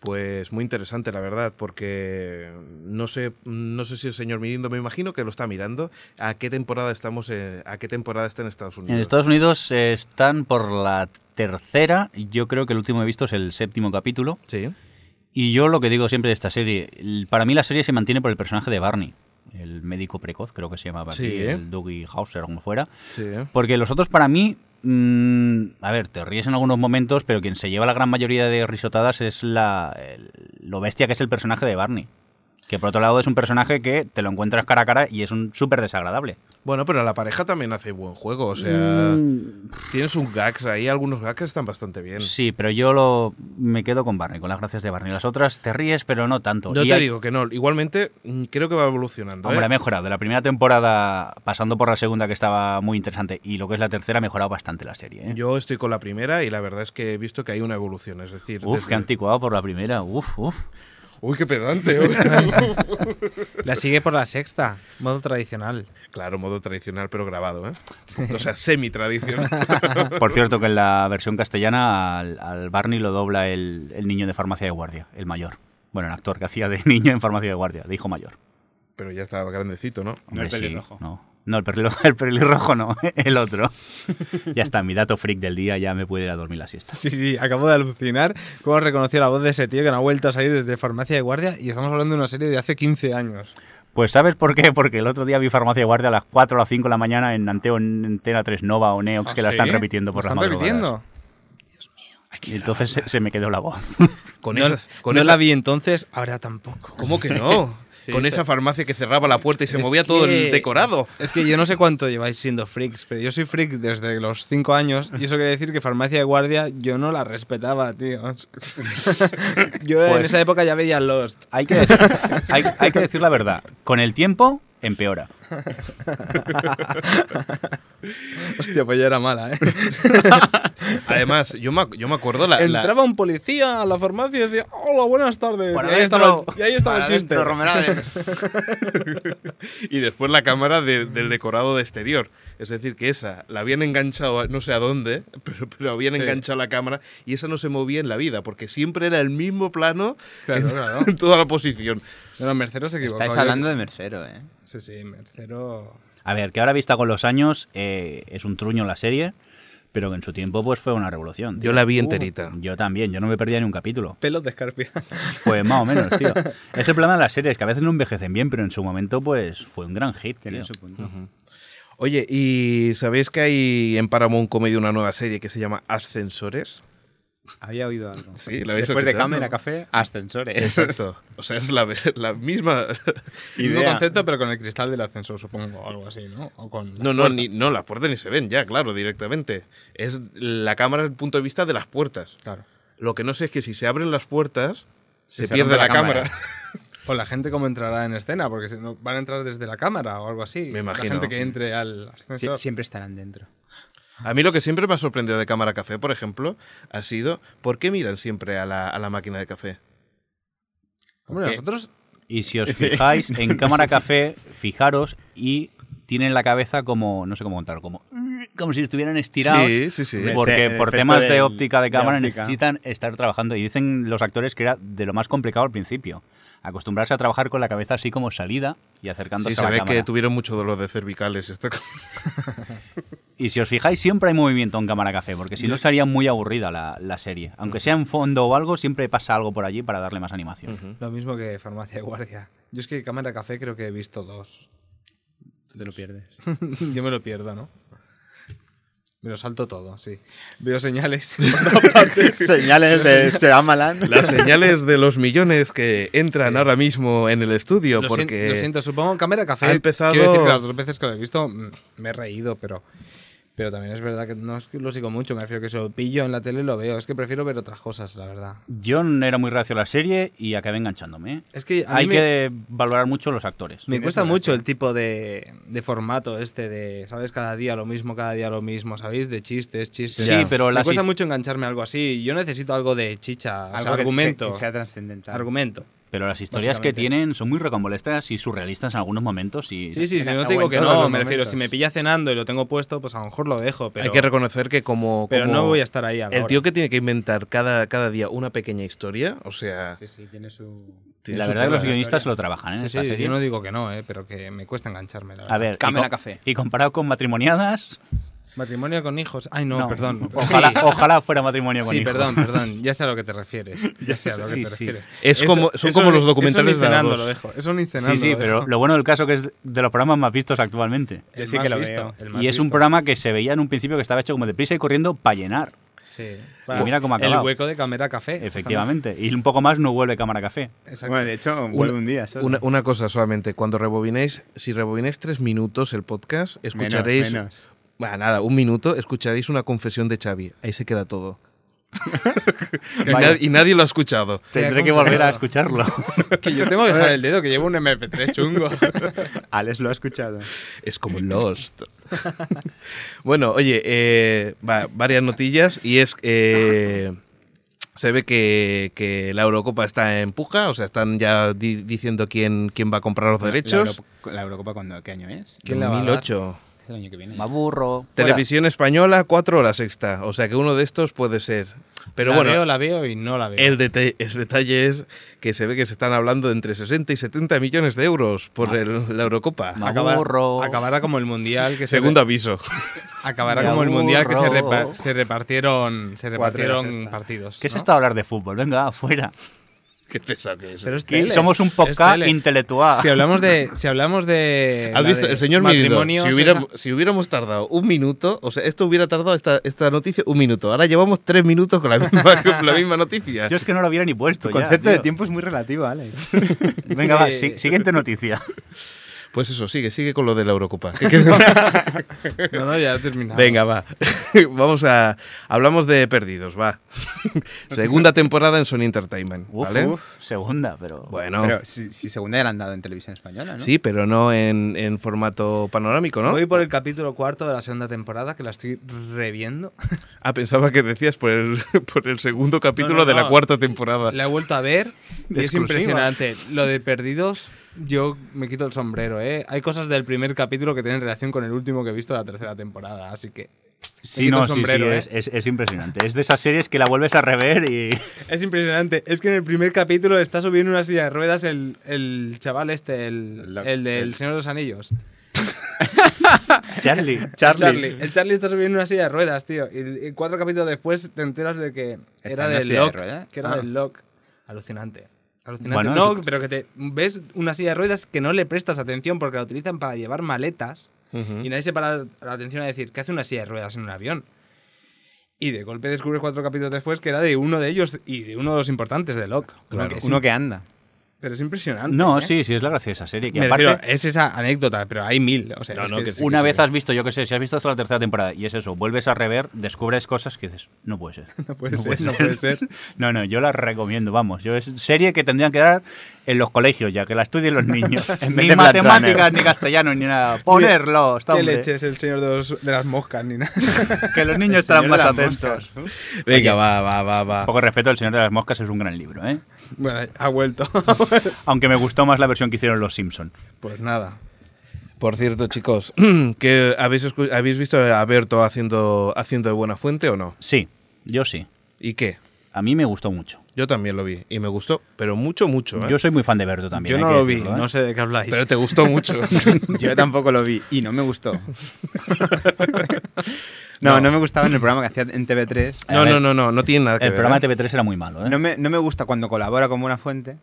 Speaker 1: Pues muy interesante, la verdad, porque no sé, no sé si el señor Mirindo, me imagino que lo está mirando. ¿A qué temporada estamos? eh, ¿A qué temporada está en Estados Unidos?
Speaker 2: En Estados Unidos eh, están por la tercera. Yo creo que el último que he visto es el séptimo capítulo.
Speaker 1: Sí.
Speaker 2: Y yo lo que digo siempre de esta serie, el- para mí la serie se mantiene por el personaje de Barney, el médico precoz, creo que se llamaba
Speaker 1: Sí,
Speaker 2: aquí,
Speaker 1: ¿eh?
Speaker 2: el Dougie Hauser, como fuera.
Speaker 1: Sí. ¿eh?
Speaker 2: Porque los otros para mí, mm, a ver, te ríes en algunos momentos, pero quien se lleva la gran mayoría de risotadas es la, el- lo bestia que es el personaje de Barney. Que por otro lado es un personaje que te lo encuentras cara a cara y es un súper desagradable.
Speaker 1: Bueno, pero la pareja también hace buen juego, o sea, tienes un gags ahí, algunos gags que están bastante bien.
Speaker 2: Sí, pero yo lo, me quedo con Barney, con las gracias de Barney. Las otras te ríes, pero no tanto.
Speaker 1: No
Speaker 2: Y
Speaker 1: te
Speaker 2: hay-
Speaker 1: digo que no, igualmente mm, creo que va evolucionando.
Speaker 2: Hombre,
Speaker 1: ¿eh?
Speaker 2: ha mejorado. De la primera temporada, pasando por la segunda, que estaba muy interesante, y lo que es la tercera, ha mejorado bastante la serie. ¿eh?
Speaker 1: Yo estoy con la primera y la verdad es que he visto que hay una evolución, es decir,
Speaker 2: uf,
Speaker 1: desde-
Speaker 2: qué anticuado por la primera. Uf, uf.
Speaker 1: Uy, qué pedante. ¿eh?
Speaker 5: La sigue por la sexta, modo tradicional.
Speaker 1: claro, modo tradicional pero grabado, ¿eh? O sea, semi tradicional.
Speaker 2: Por cierto, que en la versión castellana al, al Barney lo dobla el, el niño de farmacia de guardia, el mayor. Bueno, el actor que hacía de niño en farmacia de guardia, de hijo mayor.
Speaker 1: pero ya estaba grandecito, ¿no?
Speaker 2: Hombre,
Speaker 5: el
Speaker 2: sí,
Speaker 5: pelirrojo.
Speaker 2: no. No, el pelirrojo, el pelirrojo no, el otro. ya está, mi dato freak del día ya me puede ir a dormir la siesta.
Speaker 5: Sí,
Speaker 4: Acabo de alucinar cómo reconoció la voz de ese tío que no ha vuelto a salir desde Farmacia de Guardia y estamos hablando de una serie de hace 15 años.
Speaker 2: Pues ¿sabes por qué? Porque el otro día vi farmacia de guardia a las 4 o las 5 de la mañana en Anteo, en Antena 3 Nova o Neox, que la
Speaker 4: ¿Sí?
Speaker 2: están repitiendo por
Speaker 4: ¿Lo
Speaker 2: las
Speaker 4: están
Speaker 2: madrugadas.
Speaker 4: repitiendo?
Speaker 2: Y entonces se, se me quedó la voz.
Speaker 1: Con
Speaker 5: no
Speaker 1: esas, con
Speaker 5: no
Speaker 1: esa-
Speaker 5: la vi entonces, ahora tampoco.
Speaker 1: ¿Cómo que no?
Speaker 5: Sí,
Speaker 1: con
Speaker 5: sí.
Speaker 1: esa farmacia que cerraba la puerta y se
Speaker 4: Es
Speaker 1: movía todo el
Speaker 4: que-
Speaker 1: decorado.
Speaker 4: Es que yo no sé cuánto lleváis siendo freaks, pero yo soy freak desde los 5 años y eso quiere decir que farmacia de guardia yo no la respetaba, tío. yo en
Speaker 2: Pues-
Speaker 4: esa época ya veía Lost.
Speaker 2: Hay que, decir, hay, hay que decir la verdad. Con el tiempo, empeora.
Speaker 4: Hostia, pues ya era mala, ¿eh?
Speaker 1: Además, yo me, ac- yo me acuerdo la, la-
Speaker 4: Entraba un policía a la farmacia y decía, hola, buenas tardes.
Speaker 2: Para
Speaker 4: y, ahí
Speaker 2: adentro.
Speaker 4: estaba, y ahí estaba el chiste.
Speaker 1: y después la cámara de- del decorado de exterior. Es decir, que esa la habían enganchado a- no sé a dónde, pero, pero habían enganchado la cámara y esa no se movía en la vida, porque siempre era el mismo plano en, en toda la posición.
Speaker 4: No, Mercero se equivocó.
Speaker 3: Estáis
Speaker 4: yo-
Speaker 3: hablando de Mercero, ¿eh?
Speaker 4: Sí, sí, Mercero...
Speaker 2: A ver, que ahora vista con los años eh, es un truño la serie, pero que en su tiempo pues fue una revolución. tío.
Speaker 1: Yo la vi enterita.
Speaker 2: Yo también, yo no me perdía ni un capítulo.
Speaker 4: Pelos de escarpia.
Speaker 2: Pues más o menos, tío. Es el problema de las series, que a veces no envejecen bien, pero en su momento pues fue un gran hit. tío.
Speaker 3: Tiene su punto.
Speaker 1: Oye, ¿y sabéis que hay en Paramount Comedy una nueva serie que se llama Ascensores?
Speaker 3: Había oído algo.
Speaker 1: Sí, la habéis
Speaker 3: Después de
Speaker 1: escuchado?
Speaker 3: cámara, café, ascensores.
Speaker 1: Exacto. O sea, es la, la misma
Speaker 4: Y no
Speaker 3: Idea.
Speaker 4: concepto, pero con el cristal del ascensor, supongo, o algo así, ¿no? O con
Speaker 1: No, no, ni, no, las puertas ni se ven ya, claro, directamente. Es la cámara desde el punto de vista de las puertas.
Speaker 4: Claro.
Speaker 1: Lo que no sé es que si se abren las puertas, se,
Speaker 3: se
Speaker 1: pierde
Speaker 3: rompe
Speaker 1: la,
Speaker 3: la
Speaker 1: cámara.
Speaker 4: O la gente cómo entrará en escena, porque si no, van a entrar desde la cámara o algo así.
Speaker 1: Me imagino.
Speaker 4: La gente que entre al
Speaker 3: Sie-
Speaker 4: ascensor.
Speaker 3: siempre estarán dentro.
Speaker 1: A mí lo que siempre me ha sorprendido de Cámara Café, por ejemplo, ha sido ¿por qué miran siempre a la, a la máquina de café?
Speaker 4: Hombre,
Speaker 3: ¿Qué?
Speaker 4: nosotros...
Speaker 2: Y si os fijáis en Cámara Café, fijaros y tienen la cabeza como, no sé cómo contarlo, como, como si estuvieran estirados.
Speaker 1: Sí, sí, sí.
Speaker 3: Por-
Speaker 2: Porque
Speaker 3: Ese
Speaker 2: por
Speaker 3: efecto
Speaker 2: temas de
Speaker 3: del-
Speaker 2: óptica de
Speaker 3: de
Speaker 2: cámara
Speaker 3: óptica.
Speaker 2: necesitan estar trabajando. Y dicen los actores que era de lo más complicado al principio. Acostumbrarse a trabajar con la cabeza así como salida y acercándose
Speaker 1: Sí,
Speaker 2: a
Speaker 1: se
Speaker 2: la
Speaker 1: ve
Speaker 2: cámara.
Speaker 1: que tuvieron mucho dolor de cervicales. Esto.
Speaker 2: Y si os fijáis, siempre hay movimiento en Cámara Café, porque si no sería muy aburrida la, la serie. Aunque sea en fondo o algo, siempre pasa algo por allí para darle más animación.
Speaker 4: Lo mismo que farmacia de guardia. Yo es que cámara café creo que he visto dos.
Speaker 3: Tú te lo pierdes.
Speaker 4: Yo me lo pierdo, ¿no? Me lo salto todo, sí. Veo señales.
Speaker 3: Señales de Shyamalan.
Speaker 1: Las señales de los millones que entran ahora mismo en el estudio,
Speaker 4: Lo,
Speaker 1: porque...
Speaker 4: siento, lo siento, supongo que Cámara Café.
Speaker 1: ha empezado-
Speaker 4: Quiero decir que las dos veces que lo he visto mm, me he reído, pero. Pero también es verdad que no es que lo sigo mucho, me refiero que si lo pillo en la tele lo veo. Es que prefiero ver otras cosas, la verdad.
Speaker 2: Yo no era muy reacio a la serie y acabé enganchándome. ¿eh?
Speaker 4: Es que a mí
Speaker 2: Hay
Speaker 4: me,
Speaker 2: que valorar mucho los actores.
Speaker 4: me cuesta mucho el tipo de, de formato este de, ¿sabes? Cada día lo mismo, cada día lo mismo, ¿sabéis? De chistes, chistes.
Speaker 2: Sí, pero
Speaker 4: me
Speaker 2: las
Speaker 4: cuesta
Speaker 2: his-
Speaker 4: mucho engancharme a algo así. Yo necesito algo de chicha, o sea, argumento.
Speaker 3: Que, sea trascendental.
Speaker 4: Argumento.
Speaker 2: Pero las historias que
Speaker 4: Básicamente.
Speaker 2: tienen son muy rocambolescas y surrealistas en algunos momentos. Y
Speaker 4: Sí, sí,
Speaker 3: en-
Speaker 4: no
Speaker 3: o
Speaker 4: te digo
Speaker 3: en
Speaker 4: que
Speaker 3: todos
Speaker 4: no,
Speaker 3: los
Speaker 4: me refiero.
Speaker 3: momentos.
Speaker 4: Si me pilla cenando y lo tengo puesto, pues a lo mejor lo dejo, pero,
Speaker 1: Hay que reconocer que como...
Speaker 4: pero
Speaker 1: como
Speaker 4: no voy a estar ahí a la
Speaker 1: El tío
Speaker 4: hora.
Speaker 1: que tiene que inventar cada, cada día una pequeña historia, o sea...
Speaker 3: Sí, sí, tiene su.
Speaker 1: tiene
Speaker 2: la
Speaker 1: su
Speaker 2: verdad que
Speaker 1: tela.
Speaker 2: los guionistas lo trabajan ¿eh? en
Speaker 4: Sí,
Speaker 2: esta
Speaker 4: sí,
Speaker 2: serie.
Speaker 4: yo no digo que no, eh, pero que me cuesta engancharme. La
Speaker 2: A
Speaker 4: verdad.
Speaker 2: ver, y,
Speaker 5: Cámara
Speaker 2: co-
Speaker 5: Café.
Speaker 2: y comparado con matrimoniadas.
Speaker 4: Matrimonio con hijos. Ay, no,
Speaker 2: no.
Speaker 4: perdón.
Speaker 2: Ojalá,
Speaker 4: Sí,
Speaker 2: ojalá fuera matrimonio con
Speaker 4: sí,
Speaker 2: hijos.
Speaker 4: perdón, perdón. Ya sé a lo que te refieres. Ya sé a lo que
Speaker 2: Sí,
Speaker 4: te
Speaker 2: sí.
Speaker 4: refieres.
Speaker 1: Es como- son como
Speaker 4: ni-
Speaker 1: los documentales
Speaker 4: eso
Speaker 1: de
Speaker 4: ni
Speaker 1: la
Speaker 4: cenando
Speaker 1: dos.
Speaker 4: lo dejo. Eso ni cenando
Speaker 2: Sí, sí,
Speaker 4: lo
Speaker 2: pero
Speaker 4: dejo.
Speaker 2: lo bueno del caso que es de los programas más vistos actualmente.
Speaker 4: El
Speaker 3: sí
Speaker 4: más
Speaker 3: que lo
Speaker 4: visto,
Speaker 3: veo.
Speaker 4: el
Speaker 2: Y
Speaker 4: más
Speaker 2: es un
Speaker 4: visto.
Speaker 2: programa que se veía en un principio que estaba hecho como deprisa y corriendo para llenar,
Speaker 4: Sí.
Speaker 2: Y mira cómo ha
Speaker 4: El
Speaker 2: acabado.
Speaker 4: hueco de Camera Café.
Speaker 2: efectivamente. Y un poco más no vuelve Cámara Café.
Speaker 4: Exacto.
Speaker 3: Bueno, de hecho, vuelve un día. Solo.
Speaker 1: Una, una cosa solamente, cuando rebobinéis, si rebobináis tres minutos el podcast,
Speaker 3: Menos,
Speaker 1: escucharéis...
Speaker 3: menos.
Speaker 1: Bah, nada, un minuto, escucharéis una confesión de Xavi. Ahí se queda todo. y,
Speaker 2: Vaya.
Speaker 1: na- y nadie lo ha escuchado.
Speaker 2: Tendré que volver a escucharlo.
Speaker 4: Que yo tengo que dejar el dedo, que llevo un MP3 chungo.
Speaker 3: Alex lo ha escuchado.
Speaker 1: Es como Lost. bueno, oye, eh, va, varias notillas y es... eh, se ve que, que la Eurocopa está en puja, o sea, están ya di- diciendo quién, quién va a comprar los derechos.
Speaker 3: La, Euro- la Eurocopa, cuando, ¿qué año es?
Speaker 4: ¿Quién la va a dar?
Speaker 1: 2008.
Speaker 3: Es el año que viene.
Speaker 2: Me aburro. Fuera.
Speaker 1: Televisión española, 4 horas sexta. O sea que uno de estos puede ser. Pero
Speaker 4: la
Speaker 1: bueno,
Speaker 4: veo, la veo y no la veo.
Speaker 1: El, deta- el detalle es que se ve que se están hablando de entre 60 y 70 millones de euros por el- la Eurocopa.
Speaker 2: Ma- aburro.
Speaker 4: acabará como el mundial que se
Speaker 1: Segundo aviso.
Speaker 4: acabará
Speaker 2: Me
Speaker 4: como el mundial que se,
Speaker 2: aburro.
Speaker 4: repa- se repartieron se
Speaker 3: Cuatro horas
Speaker 4: repartieron
Speaker 3: esta.
Speaker 4: partidos
Speaker 2: ¿Qué es
Speaker 4: ¿no?
Speaker 2: esto de hablar de fútbol? Venga, fuera.
Speaker 1: Qué pesado que es.
Speaker 4: Pero es
Speaker 2: Que
Speaker 4: tele,
Speaker 2: somos un
Speaker 4: es
Speaker 2: podcast
Speaker 4: tele.
Speaker 2: intelectual.
Speaker 4: si hablamos de si hablamos de
Speaker 1: ¿Has
Speaker 4: Eh, la
Speaker 1: visto?
Speaker 4: de
Speaker 1: El señor Mirindo,
Speaker 4: matrimonios
Speaker 1: si, hubiera-
Speaker 4: esa-
Speaker 1: si hubiéramos tardado un minuto, o sea, esto hubiera tardado, esta, esta noticia, un minuto. Ahora llevamos tres minutos con la misma, con la misma noticia.
Speaker 2: Yo es que no lo hubiera ni puesto.
Speaker 3: El
Speaker 2: ya,
Speaker 3: concepto de
Speaker 2: tío.
Speaker 3: tiempo es muy relativo, Alex.
Speaker 2: Venga, va,
Speaker 4: Sí.
Speaker 2: si- siguiente noticia.
Speaker 1: Pues eso, sigue, sigue con lo de la Eurocopa. ¿Qué quieres-
Speaker 4: no, no, ya he terminado
Speaker 1: Venga, va. Vamos a. Hablamos de perdidos, va. Segunda temporada en Sony Entertainment.
Speaker 2: Uf,
Speaker 1: ¿vale?
Speaker 2: uf, segunda, pero.
Speaker 1: Bueno.
Speaker 3: Pero si, si segunda ya la han dado en televisión española, ¿no?
Speaker 1: Sí, pero no en, en formato panorámico, ¿no?
Speaker 4: Voy por el capítulo cuarto de la segunda temporada que la estoy reviendo.
Speaker 1: Ah, pensaba que decías por el, por el segundo capítulo
Speaker 4: no,
Speaker 1: de la
Speaker 4: no.
Speaker 1: cuarta temporada.
Speaker 4: La he vuelto a ver y es
Speaker 2: Exclusiva.
Speaker 4: impresionante. Lo de perdidos, yo me quito el sombrero, ¿eh? Hay cosas del primer capítulo que tienen relación con el último que he visto de la tercera temporada, así que
Speaker 2: Sí,
Speaker 4: quito
Speaker 2: no,
Speaker 4: el
Speaker 2: sí,
Speaker 4: sombrero,
Speaker 2: sí,
Speaker 4: ¿eh?
Speaker 2: es, es- es impresionante. Es de esas series que la vuelves a rever y.
Speaker 4: Es impresionante. Es que en el primer capítulo está subiendo una silla de ruedas el, el chaval este, el,
Speaker 3: La-
Speaker 4: el del
Speaker 3: el-
Speaker 4: Señor de los Anillos.
Speaker 2: Charlie.
Speaker 3: Charlie.
Speaker 4: El Charlie está subiendo una silla de ruedas, tío. Y, y cuatro capítulos después te enteras de que
Speaker 3: ¿Está
Speaker 4: era
Speaker 3: en una
Speaker 4: del
Speaker 3: silla de
Speaker 4: Locke.
Speaker 3: ruedas?
Speaker 4: que era
Speaker 3: Ah.
Speaker 4: del Locke. Alucinante. Alucinante.
Speaker 2: Bueno,
Speaker 4: no,
Speaker 2: es-
Speaker 4: pero que te ves una silla de ruedas que no le prestas atención porque la utilizan para llevar maletas.
Speaker 1: Ujú.
Speaker 4: Y nadie se para la atención a decir, ¿qué hace una silla de ruedas en un avión? Y de golpe descubres cuatro capítulos después que era de uno de ellos y de uno de los importantes de Locke.
Speaker 3: Uno, que,
Speaker 4: Es
Speaker 3: uno que anda.
Speaker 4: Pero es impresionante.
Speaker 2: No,
Speaker 4: ¿eh?
Speaker 2: sí, sí, es la gracia de esa serie. Que
Speaker 4: Me
Speaker 2: aparte,
Speaker 4: refiero, es esa anécdota, pero hay mil. O sea, es que es-
Speaker 2: una vez has visto, yo qué sé, si has visto hasta la tercera temporada y es eso, vuelves a rever, descubres cosas que dices, no puede ser.
Speaker 4: no puede ser, no puede ser.
Speaker 2: No, no, yo la recomiendo, vamos. Yo es serie que tendrían que dar en los colegios, ya que la estudien los niños.
Speaker 3: vez
Speaker 2: ni
Speaker 3: de Blade
Speaker 2: matemáticas,
Speaker 3: Runner.
Speaker 2: ni castellano, ni nada. Ponerlos,
Speaker 4: ¿Qué
Speaker 2: hombre,
Speaker 4: leche es el señor de, los- de las moscas ni nada?
Speaker 2: que los niños estarán
Speaker 3: Señor de
Speaker 2: más
Speaker 3: las
Speaker 2: atentos.
Speaker 3: moscas.
Speaker 1: Venga, va, va, va, va.
Speaker 2: Poco respeto, El Señor de las Moscas es un gran libro, ¿eh?
Speaker 4: Bueno, ha vuelto.
Speaker 2: Aunque me gustó más la versión que hicieron los Simpson.
Speaker 4: pues nada.
Speaker 1: Por cierto, chicos, que habéis, escu- habéis visto a Berto haciendo, haciendo de buena fuente o no?
Speaker 2: Sí, yo sí.
Speaker 1: ¿Y qué?
Speaker 2: A mí me gustó mucho.
Speaker 1: Yo también lo vi y me gustó, pero mucho, mucho. ¿eh?
Speaker 2: Yo soy muy fan de Berto también.
Speaker 4: Yo
Speaker 2: hay
Speaker 4: no
Speaker 2: que
Speaker 4: lo vi,
Speaker 2: decirlo, ¿eh?
Speaker 4: no sé de qué habláis.
Speaker 1: Pero te gustó mucho.
Speaker 3: Yo tampoco lo vi y no me gustó. no, no, me gustaba en el programa que hacía en TV3.
Speaker 1: ¿Eh? no, no, no, no, no tiene nada que
Speaker 2: El
Speaker 1: ver.
Speaker 2: programa
Speaker 1: ¿eh?
Speaker 2: de TV3 era muy malo, ¿eh?
Speaker 3: No me, no me gusta cuando colabora con Buena Fuente.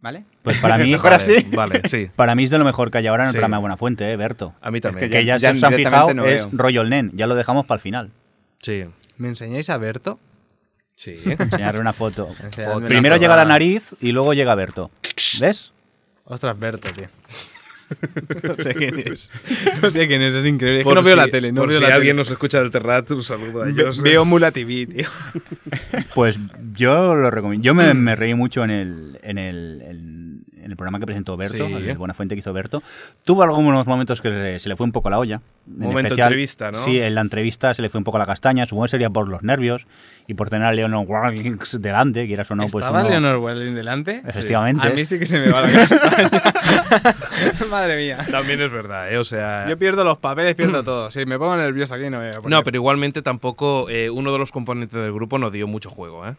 Speaker 3: ¿Vale?
Speaker 2: Pues para mí,
Speaker 1: Mejor así. Vale, sí.
Speaker 2: para mí es de lo mejor que hay ahora en el
Speaker 1: Sí.
Speaker 2: programa de Buenafuente, ¿eh, Berto?
Speaker 1: A mí también.
Speaker 3: que
Speaker 2: Que ya,
Speaker 3: Ya-
Speaker 2: se
Speaker 3: ya
Speaker 2: os han fijado,
Speaker 3: directamente no
Speaker 2: es
Speaker 3: veo.
Speaker 2: rollo el nen. Ya lo dejamos para el final.
Speaker 1: Sí.
Speaker 4: ¿Me enseñáis a Berto?
Speaker 1: Sí.
Speaker 2: Enseñarle una foto.
Speaker 4: Enseñadme una
Speaker 2: Primero
Speaker 4: foto.
Speaker 2: llega la nariz y luego llega Berto. ¿Ves?
Speaker 4: Ostras, Berto, tío. no sé quién es. No sé quién es, es increíble. Es que
Speaker 1: Por
Speaker 4: no veo
Speaker 1: si-
Speaker 4: la tele. No
Speaker 1: por
Speaker 4: veo
Speaker 1: si
Speaker 4: la
Speaker 1: alguien
Speaker 4: tele.
Speaker 1: nos escucha del Terrat, un saludo a
Speaker 4: Ve-
Speaker 1: ellos.
Speaker 4: Veo Mula TV, tío.
Speaker 2: Pues yo lo recomiendo. Yo
Speaker 4: Mm.
Speaker 2: me, me reí mucho en el, en el, en- en el programa que presentó Berto,
Speaker 1: Sí.
Speaker 2: el Buenafuente que hizo Berto. Tuvo algunos momentos que se, se le fue un poco la olla. En
Speaker 1: Momento
Speaker 2: especial-
Speaker 1: entrevista, ¿no?
Speaker 2: Sí, en la entrevista se le fue un poco la castaña. Supongo que sería por los nervios y por tener a Leonor Walks delante, quieras o no. Pues
Speaker 4: ¿Estaba
Speaker 2: uno-
Speaker 4: Leonor Welling delante?
Speaker 2: Efectivamente.
Speaker 4: A mí sí que se me va la castaña. Madre mía.
Speaker 1: También es verdad, ¿eh? O sea.
Speaker 4: Yo pierdo los papeles, pierdo todo. Si me pongo nervioso aquí no me voy a poner.
Speaker 1: No, pero igualmente tampoco eh, uno de los componentes del grupo nos dio mucho juego, ¿eh?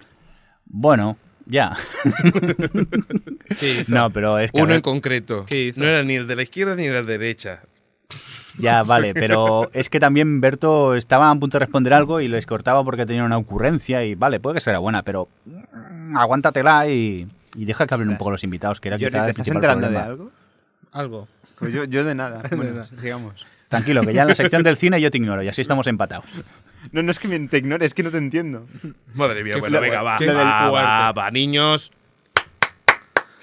Speaker 2: Bueno, ya. no, pero es que. a
Speaker 1: Uno
Speaker 2: ver,
Speaker 1: en concreto.
Speaker 4: ¿Qué hizo?
Speaker 1: No era ni el de la izquierda ni el de la derecha.
Speaker 2: Ya, vale, pero es que también Berto estaba a punto de responder algo y les cortaba porque tenía una ocurrencia y vale, puede que sea buena, pero mm, aguántatela y, y deja que hablen un poco los invitados, que era
Speaker 3: Jordi,
Speaker 2: quizás el
Speaker 3: ¿te estás
Speaker 2: principal
Speaker 3: enterando de
Speaker 2: problema.
Speaker 3: algo?
Speaker 4: Algo.
Speaker 3: Pues yo, yo de nada. Bueno, sigamos.
Speaker 2: Tranquilo, que ya en la sección del cine yo te ignoro y así estamos empatados.
Speaker 3: No, no es que me te ignore, es que no te entiendo.
Speaker 1: Madre mía,
Speaker 4: Qué
Speaker 1: bueno,
Speaker 4: fuerte.
Speaker 1: venga, va.
Speaker 4: Qué
Speaker 1: Va,
Speaker 4: fuerte.
Speaker 1: va, va, niños.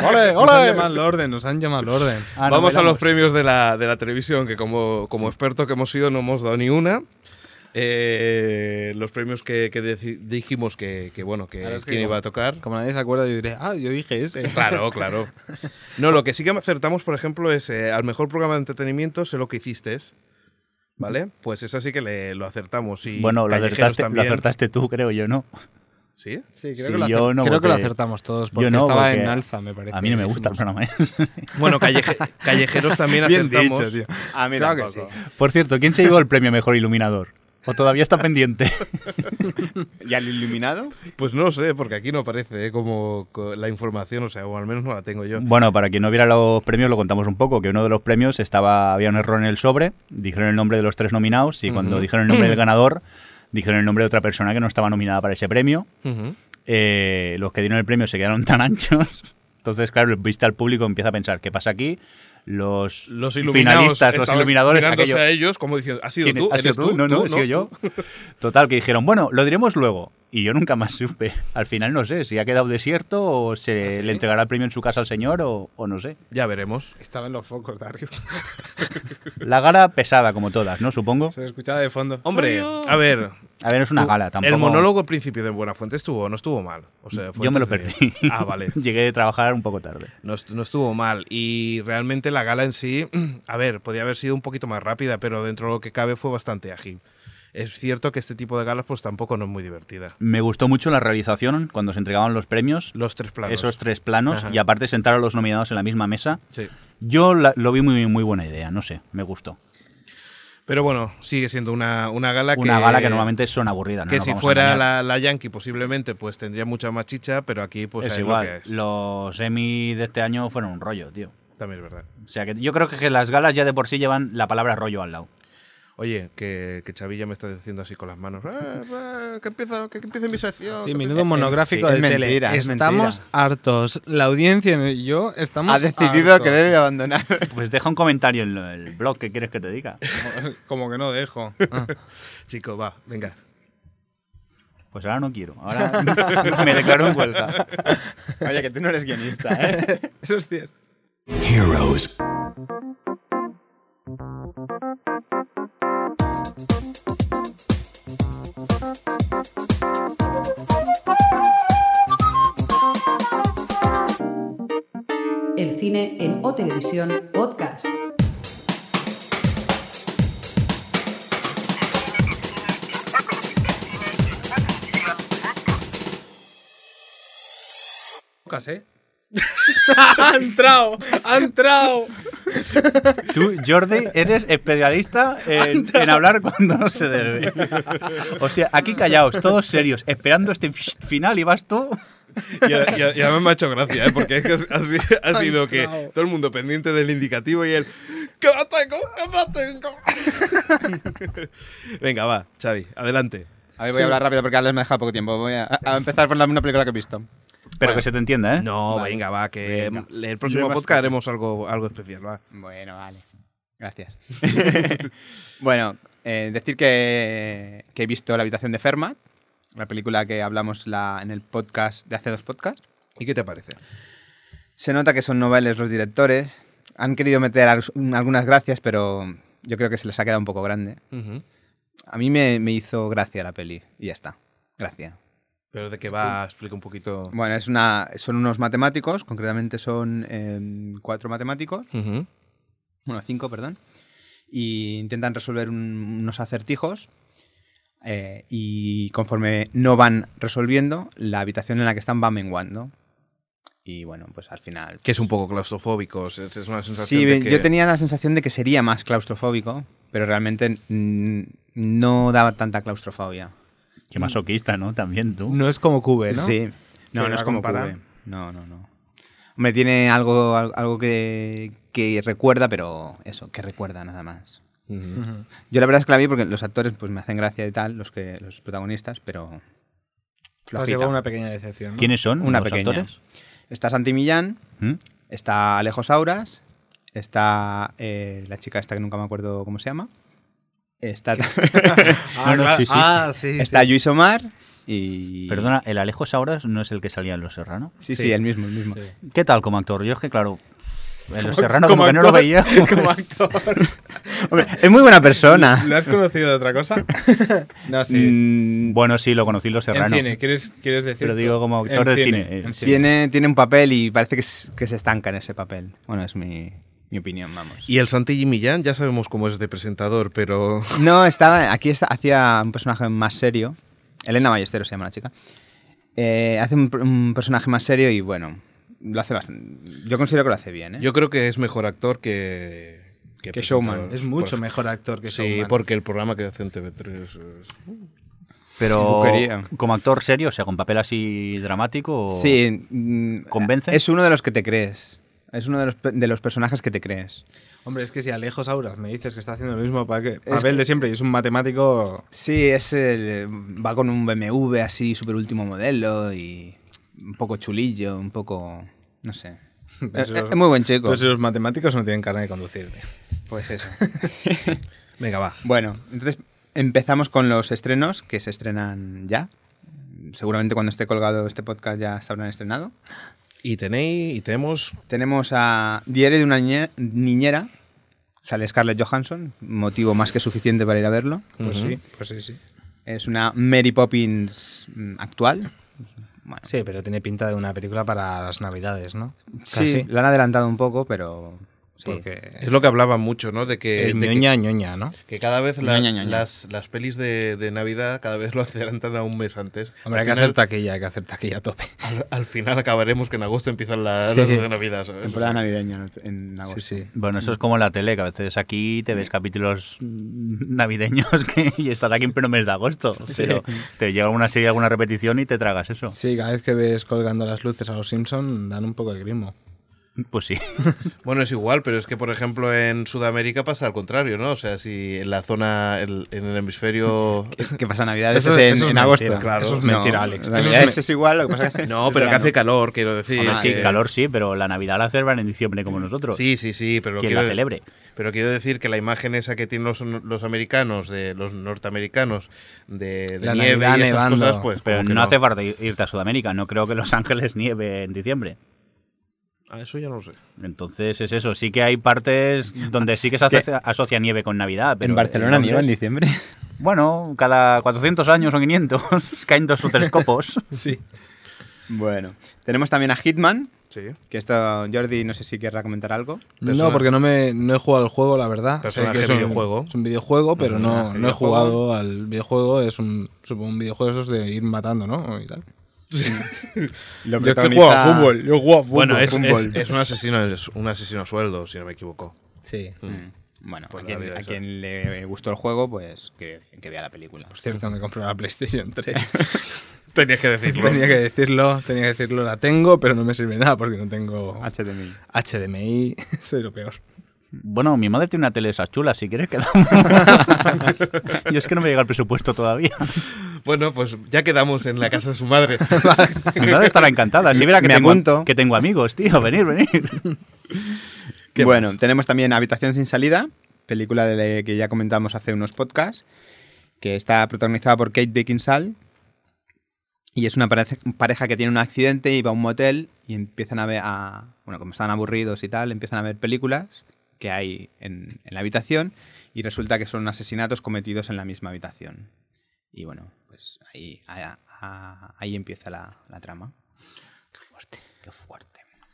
Speaker 4: ¡Ole, Nos han llamado al orden, nos han llamado al orden.
Speaker 2: Ah, no,
Speaker 1: Vamos a los
Speaker 2: bailamos.
Speaker 1: premios de la, de la televisión, que como, como expertos que hemos sido no hemos dado ni una. Eh, los premios que, que deci- dijimos que, que, bueno, que
Speaker 4: Ahora es que
Speaker 1: quién
Speaker 4: como-
Speaker 1: iba a tocar.
Speaker 4: Como nadie se acuerda, yo diré, ah, yo dije ese.
Speaker 1: Claro, claro. No, lo que sí que acertamos, por ejemplo, es eh, al mejor programa de entretenimiento, sé lo que hiciste. ¿Vale? Pues es así que le, lo acertamos. Y
Speaker 2: Bueno, lo
Speaker 1: Callejeros
Speaker 2: acertaste, lo
Speaker 1: también.
Speaker 2: acertaste tú, creo yo, ¿no?
Speaker 1: ¿Sí?
Speaker 4: Sí,
Speaker 2: Sí, yo no
Speaker 4: creo que lo
Speaker 2: voté.
Speaker 4: acertamos todos.
Speaker 2: Yo
Speaker 4: Porque
Speaker 2: no,
Speaker 4: estaba
Speaker 2: porque
Speaker 4: en alfa, me parece.
Speaker 2: A mí no me gusta el programa. ¿eh?
Speaker 1: Bueno, calleje- callejeros también
Speaker 4: Bien
Speaker 1: acertamos.
Speaker 4: dicho, tío.
Speaker 3: A mí
Speaker 4: Claro que
Speaker 3: tampoco.
Speaker 2: Por cierto, ¿quién se llevó el premio mejor iluminador? ¿O todavía está pendiente?
Speaker 3: ¿Y al iluminado?
Speaker 1: Pues no lo sé, porque aquí no aparece eh, como co- la información, o sea, o al menos no la tengo yo.
Speaker 2: Bueno, para quien no viera los premios, lo contamos un poco, que uno de los premios estaba, había un error en el sobre, dijeron el nombre de los tres nominados y cuando dijeron el nombre del ganador, dijeron el nombre de otra persona que no estaba nominada para ese premio.
Speaker 1: Ujú.
Speaker 2: Eh, los que dieron el premio se quedaron tan anchos. Entonces, claro, vista al público empieza a pensar, ¿qué pasa aquí? Los,
Speaker 1: Los iluminados
Speaker 2: finalistas, los
Speaker 1: estaban
Speaker 2: iluminadores,
Speaker 1: mirándose
Speaker 2: aquello-
Speaker 1: a ellos como diciendo, ¿has sido
Speaker 2: ¿quién es?
Speaker 1: tú?
Speaker 2: ¿Has sido
Speaker 1: ¿Eres tú?
Speaker 2: No, no,
Speaker 1: ¿Tú?
Speaker 2: he sido yo. Total, que dijeron, bueno, lo diremos luego. Y yo nunca más supe. Al final no sé si ha quedado desierto o
Speaker 1: ¿Ah,
Speaker 2: se le entregará el premio en su casa al señor o- o no sé.
Speaker 1: Ya veremos.
Speaker 4: Estaba en los focos de arriba.
Speaker 2: La gala pesada, como todas, ¿no? Supongo.
Speaker 4: Se lo escuchaba de fondo.
Speaker 1: Hombre, a ver,
Speaker 2: A ver, es una
Speaker 1: tú-
Speaker 2: gala Ah, tampoco.
Speaker 1: el monólogo al principio de Buenafuente estuvo, no estuvo mal. O sea, fue
Speaker 2: Yo me lo
Speaker 1: entretenido.
Speaker 2: perdí.
Speaker 1: Ah, vale.
Speaker 2: Llegué de trabajar un poco tarde.
Speaker 1: No, est- no estuvo mal. Y realmente la gala en sí, a ver, podía haber sido un poquito más rápida, pero dentro de lo que cabe fue bastante ágil. Es cierto que este tipo de galas pues tampoco no es muy divertida.
Speaker 2: Me gustó mucho la realización cuando se entregaban los premios,
Speaker 1: Los tres planos.
Speaker 2: esos tres planos,
Speaker 1: Ajá.
Speaker 2: y aparte sentar a los nominados en la misma mesa.
Speaker 1: Sí.
Speaker 2: Yo la- lo vi muy, muy buena idea, no sé, me gustó.
Speaker 1: Pero bueno, sigue siendo una, una gala que...
Speaker 2: Una gala que normalmente son aburridas. Ah, no
Speaker 1: que
Speaker 2: nos
Speaker 1: si
Speaker 2: vamos a
Speaker 1: fuera
Speaker 2: engañar.
Speaker 1: la, la Yankee posiblemente pues tendría mucha más chicha, pero aquí pues
Speaker 2: es
Speaker 1: es
Speaker 2: igual,
Speaker 1: lo que es.
Speaker 2: los Emmy de este año fueron un rollo, tío.
Speaker 1: También es verdad.
Speaker 2: O sea, que yo creo que las galas ya de por sí llevan la palabra rollo al lado.
Speaker 1: Oye, que, que Chavilla me está diciendo así con las manos. "Ah, ah, que, empieza, que, que empiece mi sección.
Speaker 4: Sí,
Speaker 1: que
Speaker 4: menudo
Speaker 1: empiece-".
Speaker 4: monográfico
Speaker 3: sí,
Speaker 4: de
Speaker 3: es
Speaker 4: tele.
Speaker 3: mentira, es
Speaker 4: Eh, estamos
Speaker 3: mentira.
Speaker 4: hartos. La audiencia y yo estamos
Speaker 3: Ha decidido
Speaker 4: hartos.
Speaker 3: que debe abandonar.
Speaker 2: Pues deja un comentario en lo- el blog que quieres que te diga.
Speaker 4: Como que no dejo. Ah.
Speaker 1: Chico, va, venga.
Speaker 2: Pues ahora no quiero. Ahora me declaro en huelga.
Speaker 3: Oye, que tú no eres guionista, ¿eh?
Speaker 4: Eso es cierto.
Speaker 7: Heroes.
Speaker 6: El cine en O Televisión Podcast.
Speaker 4: Pocas, ¿eh? ha entrado, ha entrado.
Speaker 2: Tú, Jordi, eres especialista en, en hablar cuando no se debe. O sea, aquí callaos, todos serios, esperando este final y vas tú.
Speaker 1: Ya, ya- ya me ha hecho gracia, ¿eh? porque es que ha, si- ha sido que
Speaker 4: claro.
Speaker 1: todo el mundo pendiente del indicativo y él. ¡Que la tengo! ¡Que la tengo! venga, va, Xavi, adelante.
Speaker 3: A ver, voy a hablar rápido porque Alex me ha dejado poco tiempo. Voy a, a empezar por la misma película que he visto.
Speaker 2: Pero que se te entienda, ¿eh?
Speaker 1: No,
Speaker 3: Vale.
Speaker 1: venga, va, que
Speaker 3: Venga.
Speaker 1: el próximo
Speaker 3: No hay más
Speaker 1: podcast haremos algo, algo especial, va.
Speaker 3: Bueno, vale. Gracias. bueno, eh, decir que, que he visto La habitación de Fermat, la película que hablamos la- en el podcast de hace dos podcasts.
Speaker 1: ¿Y qué te parece?
Speaker 3: Se nota que son noveles los directores. Han querido meter al- algunas gracias, pero yo creo que se les ha quedado un poco grande. A mí me, me hizo gracia la peli y ya está. Gracia.
Speaker 1: Pero de qué va, explica un poquito.
Speaker 3: Bueno, es una, son unos matemáticos, concretamente son em, cuatro matemáticos
Speaker 1: Ujú.
Speaker 3: bueno, cinco, perdón, y intentan resolver un- unos acertijos. eh, y conforme no van resolviendo, la habitación en la que están va menguando. Y bueno, pues al final.
Speaker 1: Que es un poco claustrofóbico, es, es una sensación
Speaker 3: Sí,
Speaker 1: de que...
Speaker 3: yo tenía la sensación de que sería más claustrofóbico, pero realmente mm, no daba tanta claustrofobia.
Speaker 2: Qué masoquista, ¿no? También tú.
Speaker 4: No es como Cube, ¿no?
Speaker 3: Sí. No,
Speaker 4: Que
Speaker 3: no
Speaker 4: la
Speaker 3: es como
Speaker 4: comparan.
Speaker 3: Cube. No, no, no. Hombre, tiene algo, al- algo que, que recuerda, pero eso, que recuerda nada más.
Speaker 1: Ujú.
Speaker 4: Ujú.
Speaker 3: Yo la verdad es que la vi porque los actores pues me hacen gracia y tal, los que los protagonistas, pero
Speaker 4: Has
Speaker 3: flojita.
Speaker 4: llevado una pequeña decepción. ¿no?
Speaker 2: ¿Quiénes son
Speaker 3: Una
Speaker 2: los
Speaker 3: pequeña.
Speaker 2: actores?
Speaker 3: Está Santi Millán,
Speaker 2: ¿Mm?
Speaker 3: está Alejo Sauras, está eh, la chica esta que nunca me acuerdo cómo se llama, está,
Speaker 2: No, no,
Speaker 4: claro.
Speaker 2: sí, sí.
Speaker 4: Ah, sí,
Speaker 3: está
Speaker 4: sí.
Speaker 3: Luis Omar y...
Speaker 2: Perdona, el Alejo Sauras no es el que salía en Los Serrano.
Speaker 3: Sí, sí,
Speaker 4: Sí.
Speaker 3: el mismo, el mismo.
Speaker 2: ¿Qué tal como actor? Yo es que, claro, en Los
Speaker 4: Como-
Speaker 2: Serrano
Speaker 4: como
Speaker 2: como, que no lo
Speaker 4: actor,
Speaker 2: veía.
Speaker 4: Como actor.
Speaker 3: Hombre, es muy buena persona.
Speaker 4: ¿Lo has conocido de otra cosa? no, sí.
Speaker 3: Mm,
Speaker 2: Bueno, sí, lo conocí en Los
Speaker 4: En
Speaker 2: Serrano.
Speaker 4: cine, ¿quieres, quieres decir?
Speaker 2: Pero digo como actor
Speaker 4: En
Speaker 2: de cine, eh,
Speaker 4: en
Speaker 2: sí.
Speaker 3: tiene, tiene un papel y parece que, s- que se estanca en ese papel. Bueno, es mi, mi opinión, vamos.
Speaker 1: Y el Santi Millán, ya sabemos cómo es de presentador, pero...
Speaker 4: ¿Eh?
Speaker 3: No, estaba. Aquí está- hacía un personaje más serio. Elena Ballesteros se llama la chica. Eh, hace un, pr- un personaje más serio y bueno. Lo hace bastante. Yo considero que lo hace bien, ¿eh?
Speaker 1: Yo creo que es mejor actor que...
Speaker 3: Que
Speaker 1: presentador.
Speaker 3: showman.
Speaker 4: Es mucho
Speaker 1: Por-
Speaker 4: mejor actor que
Speaker 1: Sí,
Speaker 4: Showman.
Speaker 1: porque el programa que hace en TV3 es-
Speaker 2: Pero
Speaker 3: Buquería.
Speaker 2: como actor serio, o sea, con papel así dramático. o-
Speaker 3: Sí. mm,
Speaker 2: ¿Convence?
Speaker 3: Es uno de los que te crees. Es uno de los, pe- de los personajes que te crees.
Speaker 4: Hombre, es que si Alejo Sauras me dices que está haciendo lo mismo pa- que- Pues papel de siempre y es un matemático.
Speaker 3: Sí, es el, mm, va con un BMW así, super último modelo y un poco chulillo, un poco. No sé. Es,
Speaker 4: Esos-
Speaker 3: es muy buen chico.
Speaker 4: Pues los matemáticos no tienen carne de conducir, tío.
Speaker 3: Pues eso.
Speaker 1: Venga, va.
Speaker 3: Bueno, entonces empezamos con los estrenos que se estrenan ya. Seguramente cuando esté colgado este podcast ya se habrán estrenado.
Speaker 1: Y tenéis, y tenemos...
Speaker 3: Tenemos a Diario de una niñe- niñera. Sale Scarlett Johansson, motivo más que suficiente para ir a verlo.
Speaker 4: Pues
Speaker 1: Ujú.
Speaker 4: sí, pues sí, sí.
Speaker 3: Es una Mary Poppins mm, actual. Bueno,
Speaker 4: Sí, pero tiene pinta de una película para las navidades, ¿no?
Speaker 3: sí, la han adelantado un poco, pero sí.
Speaker 4: Porque
Speaker 1: Es lo que hablaban mucho, ¿no? De que, de
Speaker 4: es
Speaker 1: que-
Speaker 4: ñoña, ñoña, ¿no?
Speaker 1: que cada vez la-
Speaker 3: Ñoña, ñoña.
Speaker 1: Las, las pelis de, de Navidad cada vez lo adelantan a un mes antes.
Speaker 4: Hombre, hay
Speaker 1: al,
Speaker 4: que hacer
Speaker 1: final,
Speaker 4: taquilla, hay que hacer taquilla a tope.
Speaker 1: al, al final acabaremos que en agosto empiezan las,
Speaker 4: Sí.
Speaker 1: las de Navidad, ¿sabes?
Speaker 3: temporada navideña en- en agosto.
Speaker 4: Sí, sí.
Speaker 2: Bueno, eso es como la tele, que a veces aquí te ves capítulos mm, navideños que, y estás aquí en pleno mes de agosto. Pero te llega una serie, alguna repetición y te tragas eso.
Speaker 4: Sí, cada vez que ves colgando las luces a los Simpson dan un poco de grimo.
Speaker 2: Pues sí.
Speaker 1: Bueno, es igual, pero es que, por ejemplo, en Sudamérica pasa al contrario, ¿no? O sea, si en la zona, el- en el hemisferio...
Speaker 3: ¿Qué pasa Navidades?
Speaker 4: Eso-
Speaker 3: es en,
Speaker 4: eso es
Speaker 3: en agosto.
Speaker 4: mentira,
Speaker 1: claro.
Speaker 4: Eso es
Speaker 1: No,
Speaker 4: mentira, Alex. Eso es
Speaker 3: Navidades
Speaker 4: me-
Speaker 3: es igual, lo que pasa es que
Speaker 1: No, pero que hace calor, quiero decir.
Speaker 3: Hombre,
Speaker 2: Ah, sí,
Speaker 1: que-
Speaker 2: calor sí, pero la Navidad la celebran en diciembre como nosotros.
Speaker 1: Sí, sí, sí, pero
Speaker 2: Quien
Speaker 1: quiero,
Speaker 2: la celebre.
Speaker 1: pero quiero decir que la imagen esa que tienen los, los americanos, de los norteamericanos, de, de
Speaker 4: La
Speaker 1: nieve
Speaker 4: Navidad
Speaker 1: y esas
Speaker 4: nevando.
Speaker 1: cosas, pues
Speaker 2: Pero
Speaker 1: como
Speaker 2: no,
Speaker 1: que
Speaker 2: hace falta ir- irte a Sudamérica. No creo que Los Ángeles nieve en diciembre.
Speaker 1: Ah, eso ya no lo sé.
Speaker 2: Entonces es eso. Sí que hay partes donde sí que se asocia, asocia nieve con Navidad. Pero
Speaker 3: en Barcelona nieva
Speaker 2: Londres-
Speaker 3: en diciembre.
Speaker 2: Bueno, cada 400 años o 500 caen dos o tres copos.
Speaker 4: Sí.
Speaker 3: Bueno, tenemos también a Hitman,
Speaker 1: Sí.
Speaker 3: que esto Jordi no sé si querrá comentar algo.
Speaker 1: Persona-
Speaker 4: No, porque no, me, no he jugado al juego, la verdad.
Speaker 1: Personaje
Speaker 4: es un,
Speaker 1: videojuego.
Speaker 4: Es un videojuego, pero no,
Speaker 3: Personaje
Speaker 4: no he
Speaker 3: videojuego.
Speaker 4: jugado al videojuego. Es un, supongo, un videojuego esos de ir matando, ¿no? Y tal.
Speaker 3: Lo
Speaker 4: Yo es que
Speaker 3: protagoniza-
Speaker 4: juego a fútbol. Yo juego a fútbol.
Speaker 1: Bueno, es,
Speaker 4: fútbol.
Speaker 1: es- es un asesino, es un asesino a sueldo, si no me equivoco.
Speaker 4: Sí.
Speaker 3: Mm, Bueno,
Speaker 1: Pues
Speaker 3: a
Speaker 1: la
Speaker 3: quien,
Speaker 1: vida
Speaker 3: a
Speaker 1: esa.
Speaker 3: quien le gustó el juego, pues que, que vea la película.
Speaker 4: Por cierto, me compré la PlayStation 3.
Speaker 1: Tenías que decirlo.
Speaker 4: tenía que decirlo, tenía que decirlo. La tengo, pero no me sirve nada porque no tengo
Speaker 3: HDMI.
Speaker 4: HDMI. Soy lo peor.
Speaker 2: Bueno, mi madre tiene una tele de esas chulas, si quieres quedamos. Yo es que no me llega el presupuesto todavía.
Speaker 1: Bueno, pues ya quedamos en la casa de su madre.
Speaker 2: Mi madre estará encantada. Si viera que,
Speaker 3: Me
Speaker 2: tengo,
Speaker 3: apunto.
Speaker 2: que tengo amigos, tío. Venir, venir.
Speaker 1: ¿Qué
Speaker 3: Bueno,
Speaker 1: más?
Speaker 3: tenemos también Habitación sin salida, película de la que ya comentamos hace unos podcasts, que está protagonizada por Kate Beckinsale. Y es una pare- pareja que tiene un accidente y va a un motel y empiezan a ver, a, bueno, como están aburridos y tal, empiezan a ver películas que hay en, en la habitación y resulta que son asesinatos cometidos en la misma habitación. Y bueno, pues ahí, a- a- ahí empieza la, la trama. Qué fuerte, qué fuerte.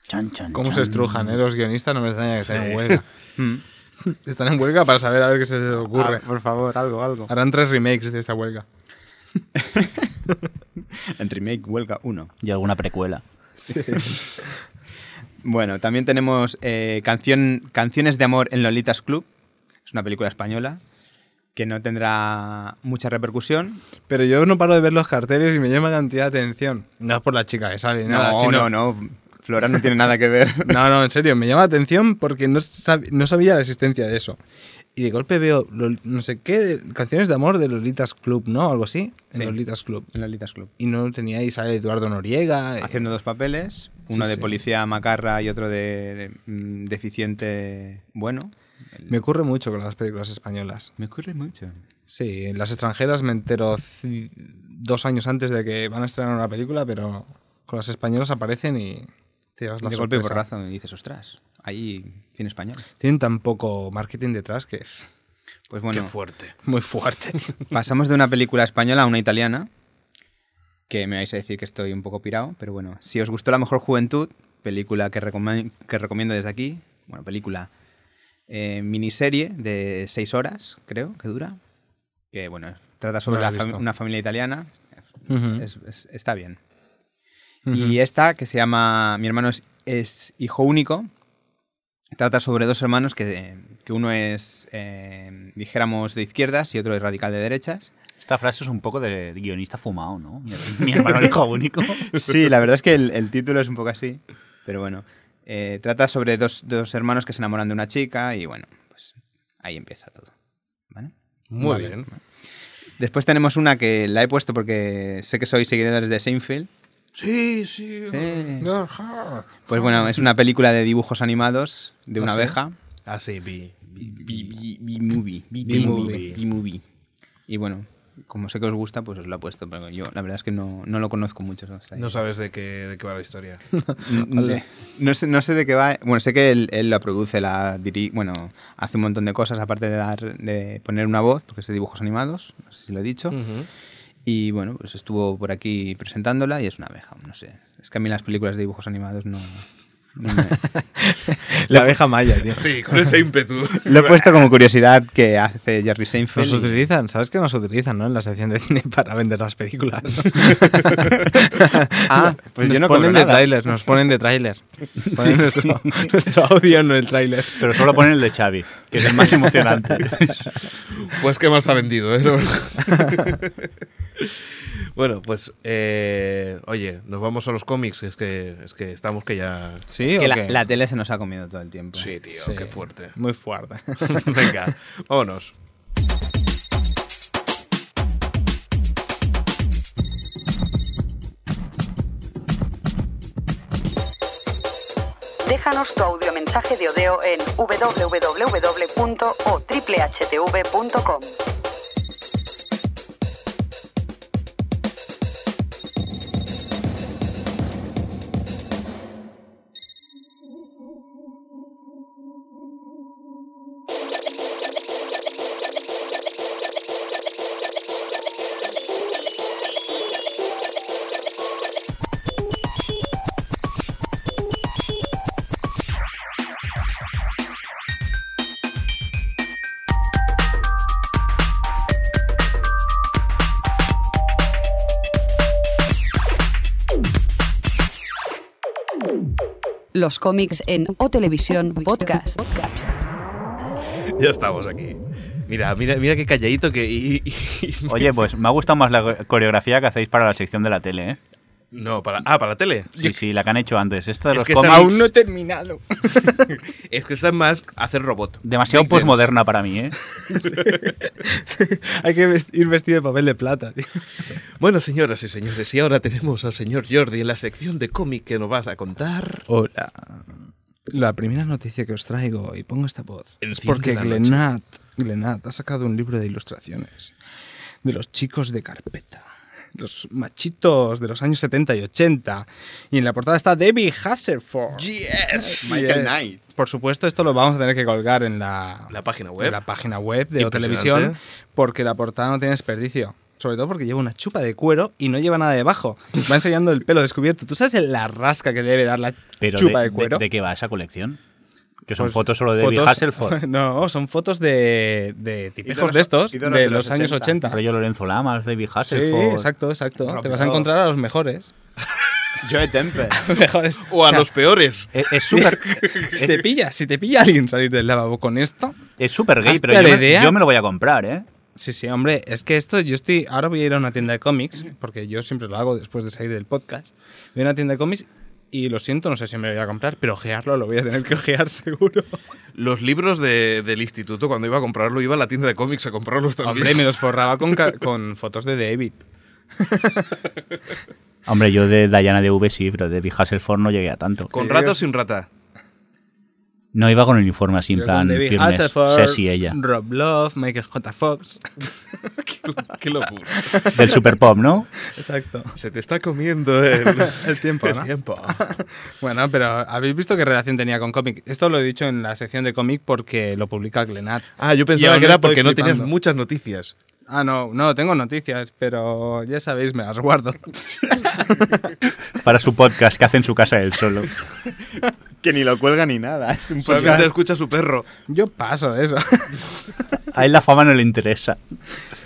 Speaker 2: Chan, chan,
Speaker 4: ¿Cómo se
Speaker 2: chan.
Speaker 4: estrujan, eh? Los guionistas no me extraña que estén
Speaker 1: Sí.
Speaker 4: en huelga.
Speaker 3: Mm.
Speaker 4: Están en huelga para saber a ver qué se les ocurre.
Speaker 3: Ah, por favor, algo, algo.
Speaker 4: Harán tres remakes de esta huelga.
Speaker 3: En remake huelga 1.
Speaker 2: Y alguna precuela.
Speaker 3: Bueno, también tenemos eh, canción, Canciones de Amor en Lolitas Club. Es una película española que no tendrá mucha repercusión.
Speaker 4: Pero yo no paro de ver los carteles y me llama la cantidad de atención. No es por la chica que sale, ni nada.
Speaker 3: no,
Speaker 4: sino-
Speaker 3: no, no. Flora no tiene nada que ver.
Speaker 4: No, no, en serio, me llama la atención porque no, sab- no sabía la existencia de eso. Y de golpe veo, lo- no sé qué, de- canciones de amor de Lolitas Club, ¿no? Algo así, en
Speaker 3: Sí.
Speaker 4: Lolitas Club.
Speaker 3: En Lolitas Club.
Speaker 4: Y no lo tenía ahí, sale Eduardo Noriega. eh,
Speaker 3: Haciendo dos papeles,
Speaker 4: Sí,
Speaker 3: uno de
Speaker 4: sí.
Speaker 3: policía macarra y otro de mm, deficiente bueno.
Speaker 4: Me ocurre mucho con las películas españolas.
Speaker 3: Me ocurre mucho.
Speaker 4: Sí, en las extranjeras me entero ci- dos años antes de que van a estrenar una película, pero con las españolas aparecen y te llevas la
Speaker 3: De golpe y
Speaker 4: sorpresa.
Speaker 3: porrazo y dices, ostras, ahí cine español.
Speaker 4: Tienen tan poco marketing detrás que es
Speaker 3: Pues bueno,
Speaker 1: fuerte.
Speaker 4: muy fuerte, tío.
Speaker 3: Pasamos de una película española a una italiana, que me vais a decir que estoy un poco pirado, pero bueno, si os gustó La Mejor Juventud, película que, recome- que recomiendo desde aquí, bueno, película, eh, miniserie de seis horas, creo, que dura, que bueno, trata sobre
Speaker 4: No la he
Speaker 3: la fam-
Speaker 4: visto.
Speaker 3: una familia italiana,
Speaker 4: Ujú.
Speaker 3: es- es- está bien.
Speaker 4: Ujú.
Speaker 3: Y esta, que se llama Mi hermano es, es hijo único, trata sobre dos hermanos que, que uno es, eh, dijéramos, de izquierdas y otro es radical de derechas.
Speaker 2: Esta frase es un poco de guionista fumado, ¿no? Mi, mi hermano el hijo único.
Speaker 3: Sí, la verdad es que el, el título es un poco así, pero bueno. Eh, trata sobre dos, dos hermanos que se enamoran de una chica y bueno, pues ahí empieza todo. ¿vale?
Speaker 1: Muy
Speaker 3: Vale.
Speaker 1: bien.
Speaker 3: Después tenemos una que la he puesto porque sé que sois seguidores de Seinfeld.
Speaker 1: Sí, sí.
Speaker 3: Pues bueno, es una película de dibujos animados de
Speaker 4: ¿Ah,
Speaker 3: una
Speaker 4: sí?
Speaker 3: abeja.
Speaker 1: Ah, sí, vi. vi-
Speaker 3: B-movie.
Speaker 1: B-movie.
Speaker 3: B-movie. Y bueno, como sé que os gusta, pues os lo he puesto, pero yo la verdad es que no, no lo conozco mucho. ¿no? Está ahí.
Speaker 1: No sabes de qué, de qué va la historia.
Speaker 3: N- n- Mm, No sé, no sé de qué va. Bueno, sé que él, él la produce, la diri- bueno, hace un montón de cosas aparte de dar, de poner una voz, porque es de dibujos animados, no sé si lo he dicho.
Speaker 4: Mm.
Speaker 1: Ujú.
Speaker 3: Y bueno, pues estuvo por aquí presentándola y es una abeja, no sé. Es que a mí las películas de dibujos animados no. no me-
Speaker 4: La abeja maya, tío.
Speaker 1: Sí, con ese ímpetu.
Speaker 3: Lo he puesto como curiosidad que hace Jerry Seinfeld.
Speaker 4: Nos
Speaker 3: y-
Speaker 4: utilizan, ¿sabes que nos utilizan, no? En la sección de cine para vender las películas.
Speaker 3: Ah, pues
Speaker 4: nos
Speaker 3: yo no cobro
Speaker 4: ponen de
Speaker 3: nada.
Speaker 4: tráiler, nos ponen de tráiler. Ponen nuestro, nuestro audio en el tráiler.
Speaker 2: Pero solo ponen el de Xavi, que es el más emocionante.
Speaker 1: Pues qué más ha vendido, ¿eh? La verdad. bueno, pues, eh, oye, nos vamos a los cómics. Es que, es que estamos que ya...
Speaker 4: ¿Sí
Speaker 3: Que
Speaker 4: o
Speaker 3: la,
Speaker 4: qué?
Speaker 3: la tele se nos ha comido todo el tiempo.
Speaker 1: Sí, tío,
Speaker 4: Sí.
Speaker 1: qué fuerte.
Speaker 4: Muy fuerte.
Speaker 1: Venga, vámonos.
Speaker 6: Déjanos tu audiomensaje de odeo en www.otriplehtv.com. Los cómics en O Televisión Podcast.
Speaker 1: Ya estamos aquí. Mira, mira, mira qué calladito que... y- y- y-
Speaker 2: Oye, pues me ha gustado más la coreografía que hacéis para la sección de la tele, ¿eh?
Speaker 1: No, para, ah, para la tele.
Speaker 2: Sí, sí, la que han hecho antes. Esta de
Speaker 1: Es
Speaker 2: los
Speaker 1: que esta-
Speaker 2: cómics,
Speaker 4: Aún no he terminado.
Speaker 1: Es que está más hacer robot.
Speaker 2: demasiado
Speaker 1: Breakdance.
Speaker 2: posmoderna para mí, ¿eh?
Speaker 4: Hay que vest- ir vestido de papel de plata, tío.
Speaker 1: Bueno, señoras y señores, y ahora tenemos al señor Jordi en la sección de cómic que nos vas a contar.
Speaker 4: Hola. La primera noticia que os traigo, y pongo esta voz, es
Speaker 1: Enciende
Speaker 4: porque
Speaker 1: la
Speaker 4: Glenat, Glenat ha sacado un libro de ilustraciones de los chicos de carpeta. Los machitos de los años 70 y 80. Y en la portada está Debbie Hasselhoff.
Speaker 1: ¡Yes!
Speaker 4: Yes. Por supuesto, esto lo vamos a tener que colgar en la,
Speaker 1: La página web.
Speaker 4: en la página web de O
Speaker 1: Impresionante.
Speaker 4: Televisión, porque la portada no tiene desperdicio. Sobre todo porque lleva una chupa de cuero y no lleva nada debajo. Va enseñando el pelo descubierto. ¿Tú sabes la rasca que debe dar la
Speaker 2: Pero
Speaker 4: chupa
Speaker 2: de,
Speaker 4: de, cuero?
Speaker 2: de- de qué va esa colección? Que son
Speaker 4: Pues,
Speaker 2: fotos solo de David
Speaker 4: fotos-
Speaker 2: Hasselhoff.
Speaker 4: No, son fotos de, de tipejos de,
Speaker 7: Ídolos-
Speaker 4: estos,
Speaker 7: ídolos
Speaker 4: de
Speaker 7: de
Speaker 4: los,
Speaker 7: los
Speaker 4: años 80.
Speaker 2: Rollo Lorenzo Lamas, David
Speaker 4: Sí,
Speaker 2: Hasselhoff.
Speaker 4: exacto, exacto.
Speaker 7: Rompe
Speaker 4: Te vas a
Speaker 7: todo.
Speaker 4: encontrar a los mejores.
Speaker 7: Joe Temple.
Speaker 4: mejores.
Speaker 1: O a
Speaker 4: sea,
Speaker 1: los peores.
Speaker 2: Es es súper
Speaker 4: Si te pilla, si te pilla alguien salir del lavabo con esto,
Speaker 2: es súper gay,
Speaker 4: Hazte
Speaker 2: pero yo
Speaker 4: la
Speaker 2: me,
Speaker 4: idea.
Speaker 2: yo me lo voy a comprar, ¿eh?
Speaker 4: Sí, sí, hombre, es que esto, yo estoy, ahora voy a ir a una tienda de cómics, porque yo siempre lo hago después de salir del podcast, voy a una tienda de cómics y lo siento, no sé si me lo voy a comprar, pero ojearlo lo voy a tener que ojear seguro.
Speaker 1: Los libros de- del instituto, cuando iba a comprarlo, iba a la tienda de cómics a comprarlos también.
Speaker 4: Hombre, me los forraba con, ca- con fotos de David.
Speaker 2: Hombre, yo de Diana de V sí, pero de David Hasselhoff no llegué a tanto.
Speaker 1: Con rata o sin rata.
Speaker 2: No iba con uniforme así, en
Speaker 4: Yo con
Speaker 2: plan
Speaker 4: David
Speaker 2: firmes,
Speaker 4: Hasselhoff,
Speaker 2: Ceci ella.
Speaker 4: Rob Love, Michael J. Fox.
Speaker 1: Qué locura.
Speaker 2: Del super pop, ¿no?
Speaker 4: Exacto.
Speaker 1: Se te está comiendo el,
Speaker 4: El tiempo,
Speaker 1: el
Speaker 4: ¿no?
Speaker 1: tiempo.
Speaker 4: Bueno, pero ¿habéis visto qué relación tenía con cómic? Esto lo he dicho en la sección de cómic porque lo publica Glenat.
Speaker 1: Ah, yo
Speaker 4: Y
Speaker 1: pensaba
Speaker 4: ahora
Speaker 1: que era
Speaker 4: estoy
Speaker 1: porque no tenías
Speaker 4: flipando.
Speaker 1: muchas noticias.
Speaker 4: Ah, no, no, tengo noticias, pero ya sabéis, me las guardo.
Speaker 2: Para su podcast que hace en su casa él solo.
Speaker 7: Que ni lo cuelga ni nada. Es
Speaker 4: Pues
Speaker 7: un
Speaker 1: Solamente
Speaker 7: podcast.
Speaker 1: escucha a su perro.
Speaker 4: Yo paso de eso.
Speaker 2: A él la fama no le interesa.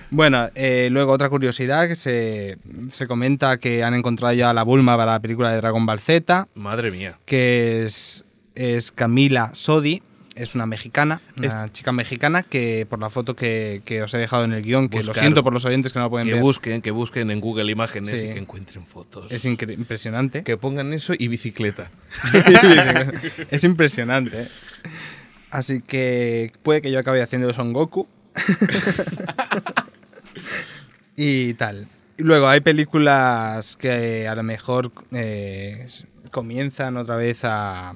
Speaker 4: Bueno, eh, luego otra curiosidad, que se, se comenta que han encontrado ya la Bulma para la película de Dragon Ball Z,
Speaker 1: Madre mía.
Speaker 4: que es, es Camila Sodi, es una mexicana, una
Speaker 1: Es-
Speaker 4: chica mexicana que por la foto que, que os he dejado en el guión, que
Speaker 1: Buscar.
Speaker 4: lo siento por los oyentes que no lo pueden
Speaker 1: Que
Speaker 4: ver,
Speaker 1: busquen, que busquen en Google Imágenes
Speaker 4: Sí.
Speaker 1: y que encuentren fotos.
Speaker 4: es incre- impresionante.
Speaker 1: Que pongan eso y bicicleta.
Speaker 4: es impresionante. ¿eh? Así que puede que yo acabe haciendo Son Goku. y tal. Y Luego hay películas que a lo mejor eh, s- comienzan otra vez a,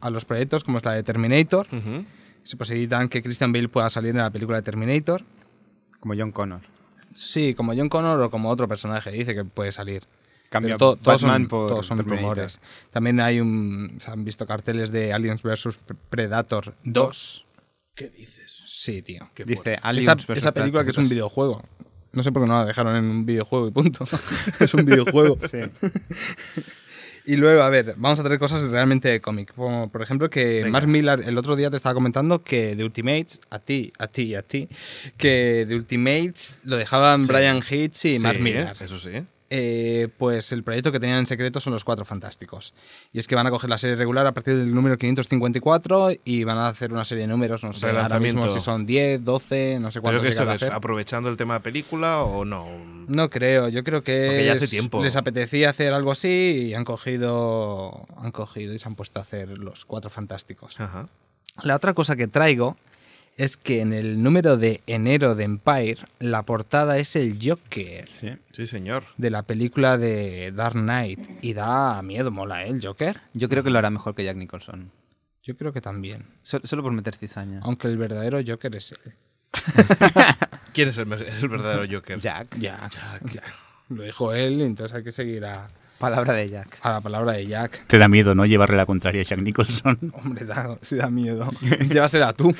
Speaker 4: a los proyectos, como es la de Terminator.
Speaker 1: Ujú.
Speaker 4: Se posibilitan que Christian Bale pueda salir en la película de Terminator.
Speaker 3: Como John Connor.
Speaker 4: Sí, como John Connor o como otro personaje dice que puede salir.
Speaker 3: Cambia
Speaker 4: Pero to- todos
Speaker 3: Batman
Speaker 4: son,
Speaker 3: por
Speaker 4: todos son
Speaker 3: Terminator.
Speaker 4: rumores. También hay un, se han visto carteles de Aliens vs Predator 2.
Speaker 1: ¿Qué dices?
Speaker 4: Sí, tío.
Speaker 1: Qué fuerte.
Speaker 3: Dice
Speaker 4: Esa,
Speaker 3: Aliens versus
Speaker 4: esa película que es un
Speaker 3: Predators.
Speaker 4: videojuego. No sé por qué no la dejaron en un videojuego y punto. es un videojuego. Y luego, a ver, vamos a tener cosas realmente de cómic. Como, por ejemplo, que
Speaker 1: Venga.
Speaker 4: Mark Millar el otro día te estaba comentando que The Ultimates, a ti, a ti y a ti, que The Ultimates lo dejaban
Speaker 1: Sí.
Speaker 4: Brian Hitch y
Speaker 1: Sí,
Speaker 4: Mark Millar.
Speaker 1: Eso sí.
Speaker 4: Eh, pues el proyecto que tenían en secreto son los Cuatro Fantásticos. Y es que van a coger la serie regular a partir del número 554 y van a hacer una serie de números, no sé, ahora mismo
Speaker 1: Relanzamiento.
Speaker 4: si son 10, 12, no sé
Speaker 1: Pero
Speaker 4: cuántos
Speaker 1: que esto
Speaker 4: llegan
Speaker 1: que
Speaker 4: a
Speaker 1: es
Speaker 4: hacer.
Speaker 1: aprovechando el tema de película o no.
Speaker 4: No creo, yo creo que
Speaker 1: Porque ya hace
Speaker 4: es-
Speaker 1: tiempo.
Speaker 4: les apetecía hacer algo así y han cogido, han cogido y se han puesto a hacer los Cuatro Fantásticos.
Speaker 1: Ajá.
Speaker 4: La otra cosa que traigo es que en el número de enero de Empire la portada es el Joker.
Speaker 3: Sí.
Speaker 1: Sí, señor.
Speaker 4: de la película de Dark Knight y da miedo, mola, ¿eh? El Joker.
Speaker 3: Yo creo que lo hará mejor que Jack Nicholson.
Speaker 4: Yo creo que también.
Speaker 3: Sol- solo por meter cizaña.
Speaker 4: Aunque el verdadero Joker es él.
Speaker 1: ¿Quién es el, me- el verdadero Joker?
Speaker 3: Jack.
Speaker 4: Ya, Jack, ya. Lo dijo él, entonces hay que seguir a,
Speaker 3: Palabra de Jack.
Speaker 4: a la palabra de Jack.
Speaker 2: Te da miedo, ¿no? Llevarle la contraria a Jack Nicholson.
Speaker 4: Hombre, da, sí da miedo. Llévasela tú.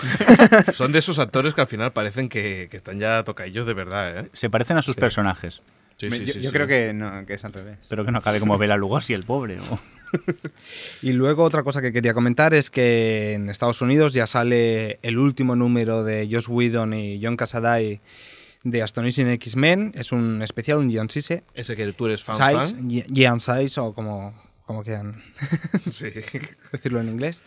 Speaker 1: Son de esos actores que al final parecen que, que están ya tocadillos de verdad, ¿eh?
Speaker 2: Se parecen a sus personajes,
Speaker 1: Sí,
Speaker 3: Me-
Speaker 1: sí,
Speaker 3: yo
Speaker 1: sí,
Speaker 3: yo
Speaker 1: sí.
Speaker 3: creo que, no, que es al revés.
Speaker 2: pero que no acabe como Bela Lugosi, el pobre. ¿no?
Speaker 4: Y luego otra cosa que quería comentar es que en Estados Unidos ya sale el último número de Josh Whedon y John Cassaday de Astonishing X-Men. Es un especial, un John Sise.
Speaker 1: Ese que tú eres fan,
Speaker 4: Size,
Speaker 1: fan.
Speaker 4: Ye- Yean Size o como, como quieran
Speaker 1: Sí.
Speaker 4: decirlo en inglés.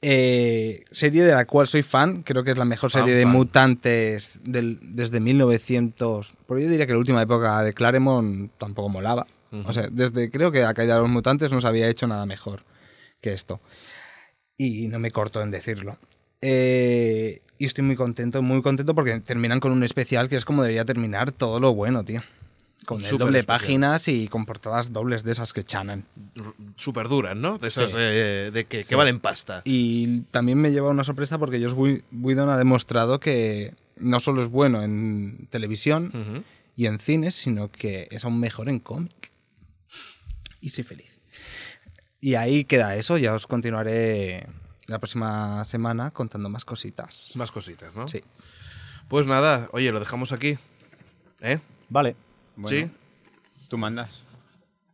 Speaker 4: Eh, serie de la cual soy fan, creo que es la mejor
Speaker 1: Fan,
Speaker 4: serie de
Speaker 1: fan.
Speaker 4: mutantes del- desde 1900. Porque yo diría que la última época de Claremont tampoco molaba.
Speaker 1: Ujú.
Speaker 4: O sea, desde creo que la caída de los mutantes no se había hecho nada mejor que esto. Y no me corto en decirlo. Eh, y estoy muy contento, muy contento porque terminan con un especial que es como debería terminar todo lo bueno, tío. Con
Speaker 1: Un
Speaker 4: el
Speaker 1: súper
Speaker 4: doble
Speaker 1: especial.
Speaker 4: páginas y con portadas dobles de esas que chanan.
Speaker 1: Súper duras, ¿no? De esas
Speaker 4: Sí.
Speaker 1: eh, de que, que valen pasta.
Speaker 4: Y también me lleva una sorpresa porque Josh Whe- Whedon ha demostrado que no solo es bueno en televisión
Speaker 1: Ujú.
Speaker 4: y en cines, sino que es aún mejor en cómic. Y soy feliz. Y ahí queda eso. Ya os continuaré la próxima semana contando más cositas.
Speaker 1: Más cositas, ¿no?
Speaker 4: Sí.
Speaker 1: Pues nada, oye, lo dejamos aquí. ¿Eh?
Speaker 2: Vale.
Speaker 1: ¿Sí?
Speaker 3: Tú mandas.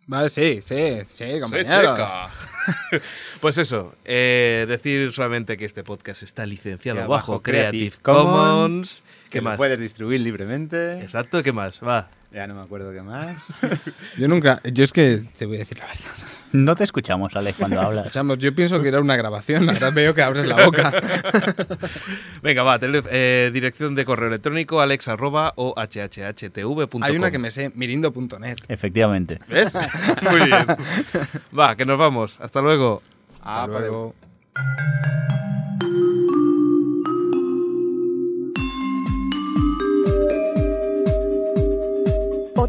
Speaker 4: Vale, sí, sí, sí,
Speaker 1: Sí,
Speaker 4: compañeros.
Speaker 1: chica. pues eso, eh, decir solamente que este podcast está licenciado
Speaker 7: Y
Speaker 1: bajo
Speaker 7: abajo,
Speaker 1: Creative
Speaker 7: Creative
Speaker 1: Commons. ¿Qué
Speaker 7: que lo
Speaker 1: más?
Speaker 7: puedes distribuir libremente.
Speaker 1: Exacto, ¿qué más? Va.
Speaker 7: Ya no me acuerdo qué más.
Speaker 4: Yo nunca, yo es que te voy a decir la verdad.
Speaker 2: No te escuchamos, Alex, cuando hablas.
Speaker 4: Chamos, yo pienso que era una grabación, ahora veo que abres la boca.
Speaker 1: Venga, va, tele- eh, dirección de correo electrónico alex arroba o hhhtv.com.
Speaker 4: Hay una que me sé, mirindo.net.
Speaker 2: Efectivamente.
Speaker 1: ¿Ves? Muy bien. Va, que nos vamos. Hasta luego.
Speaker 4: Ah, luego.
Speaker 6: O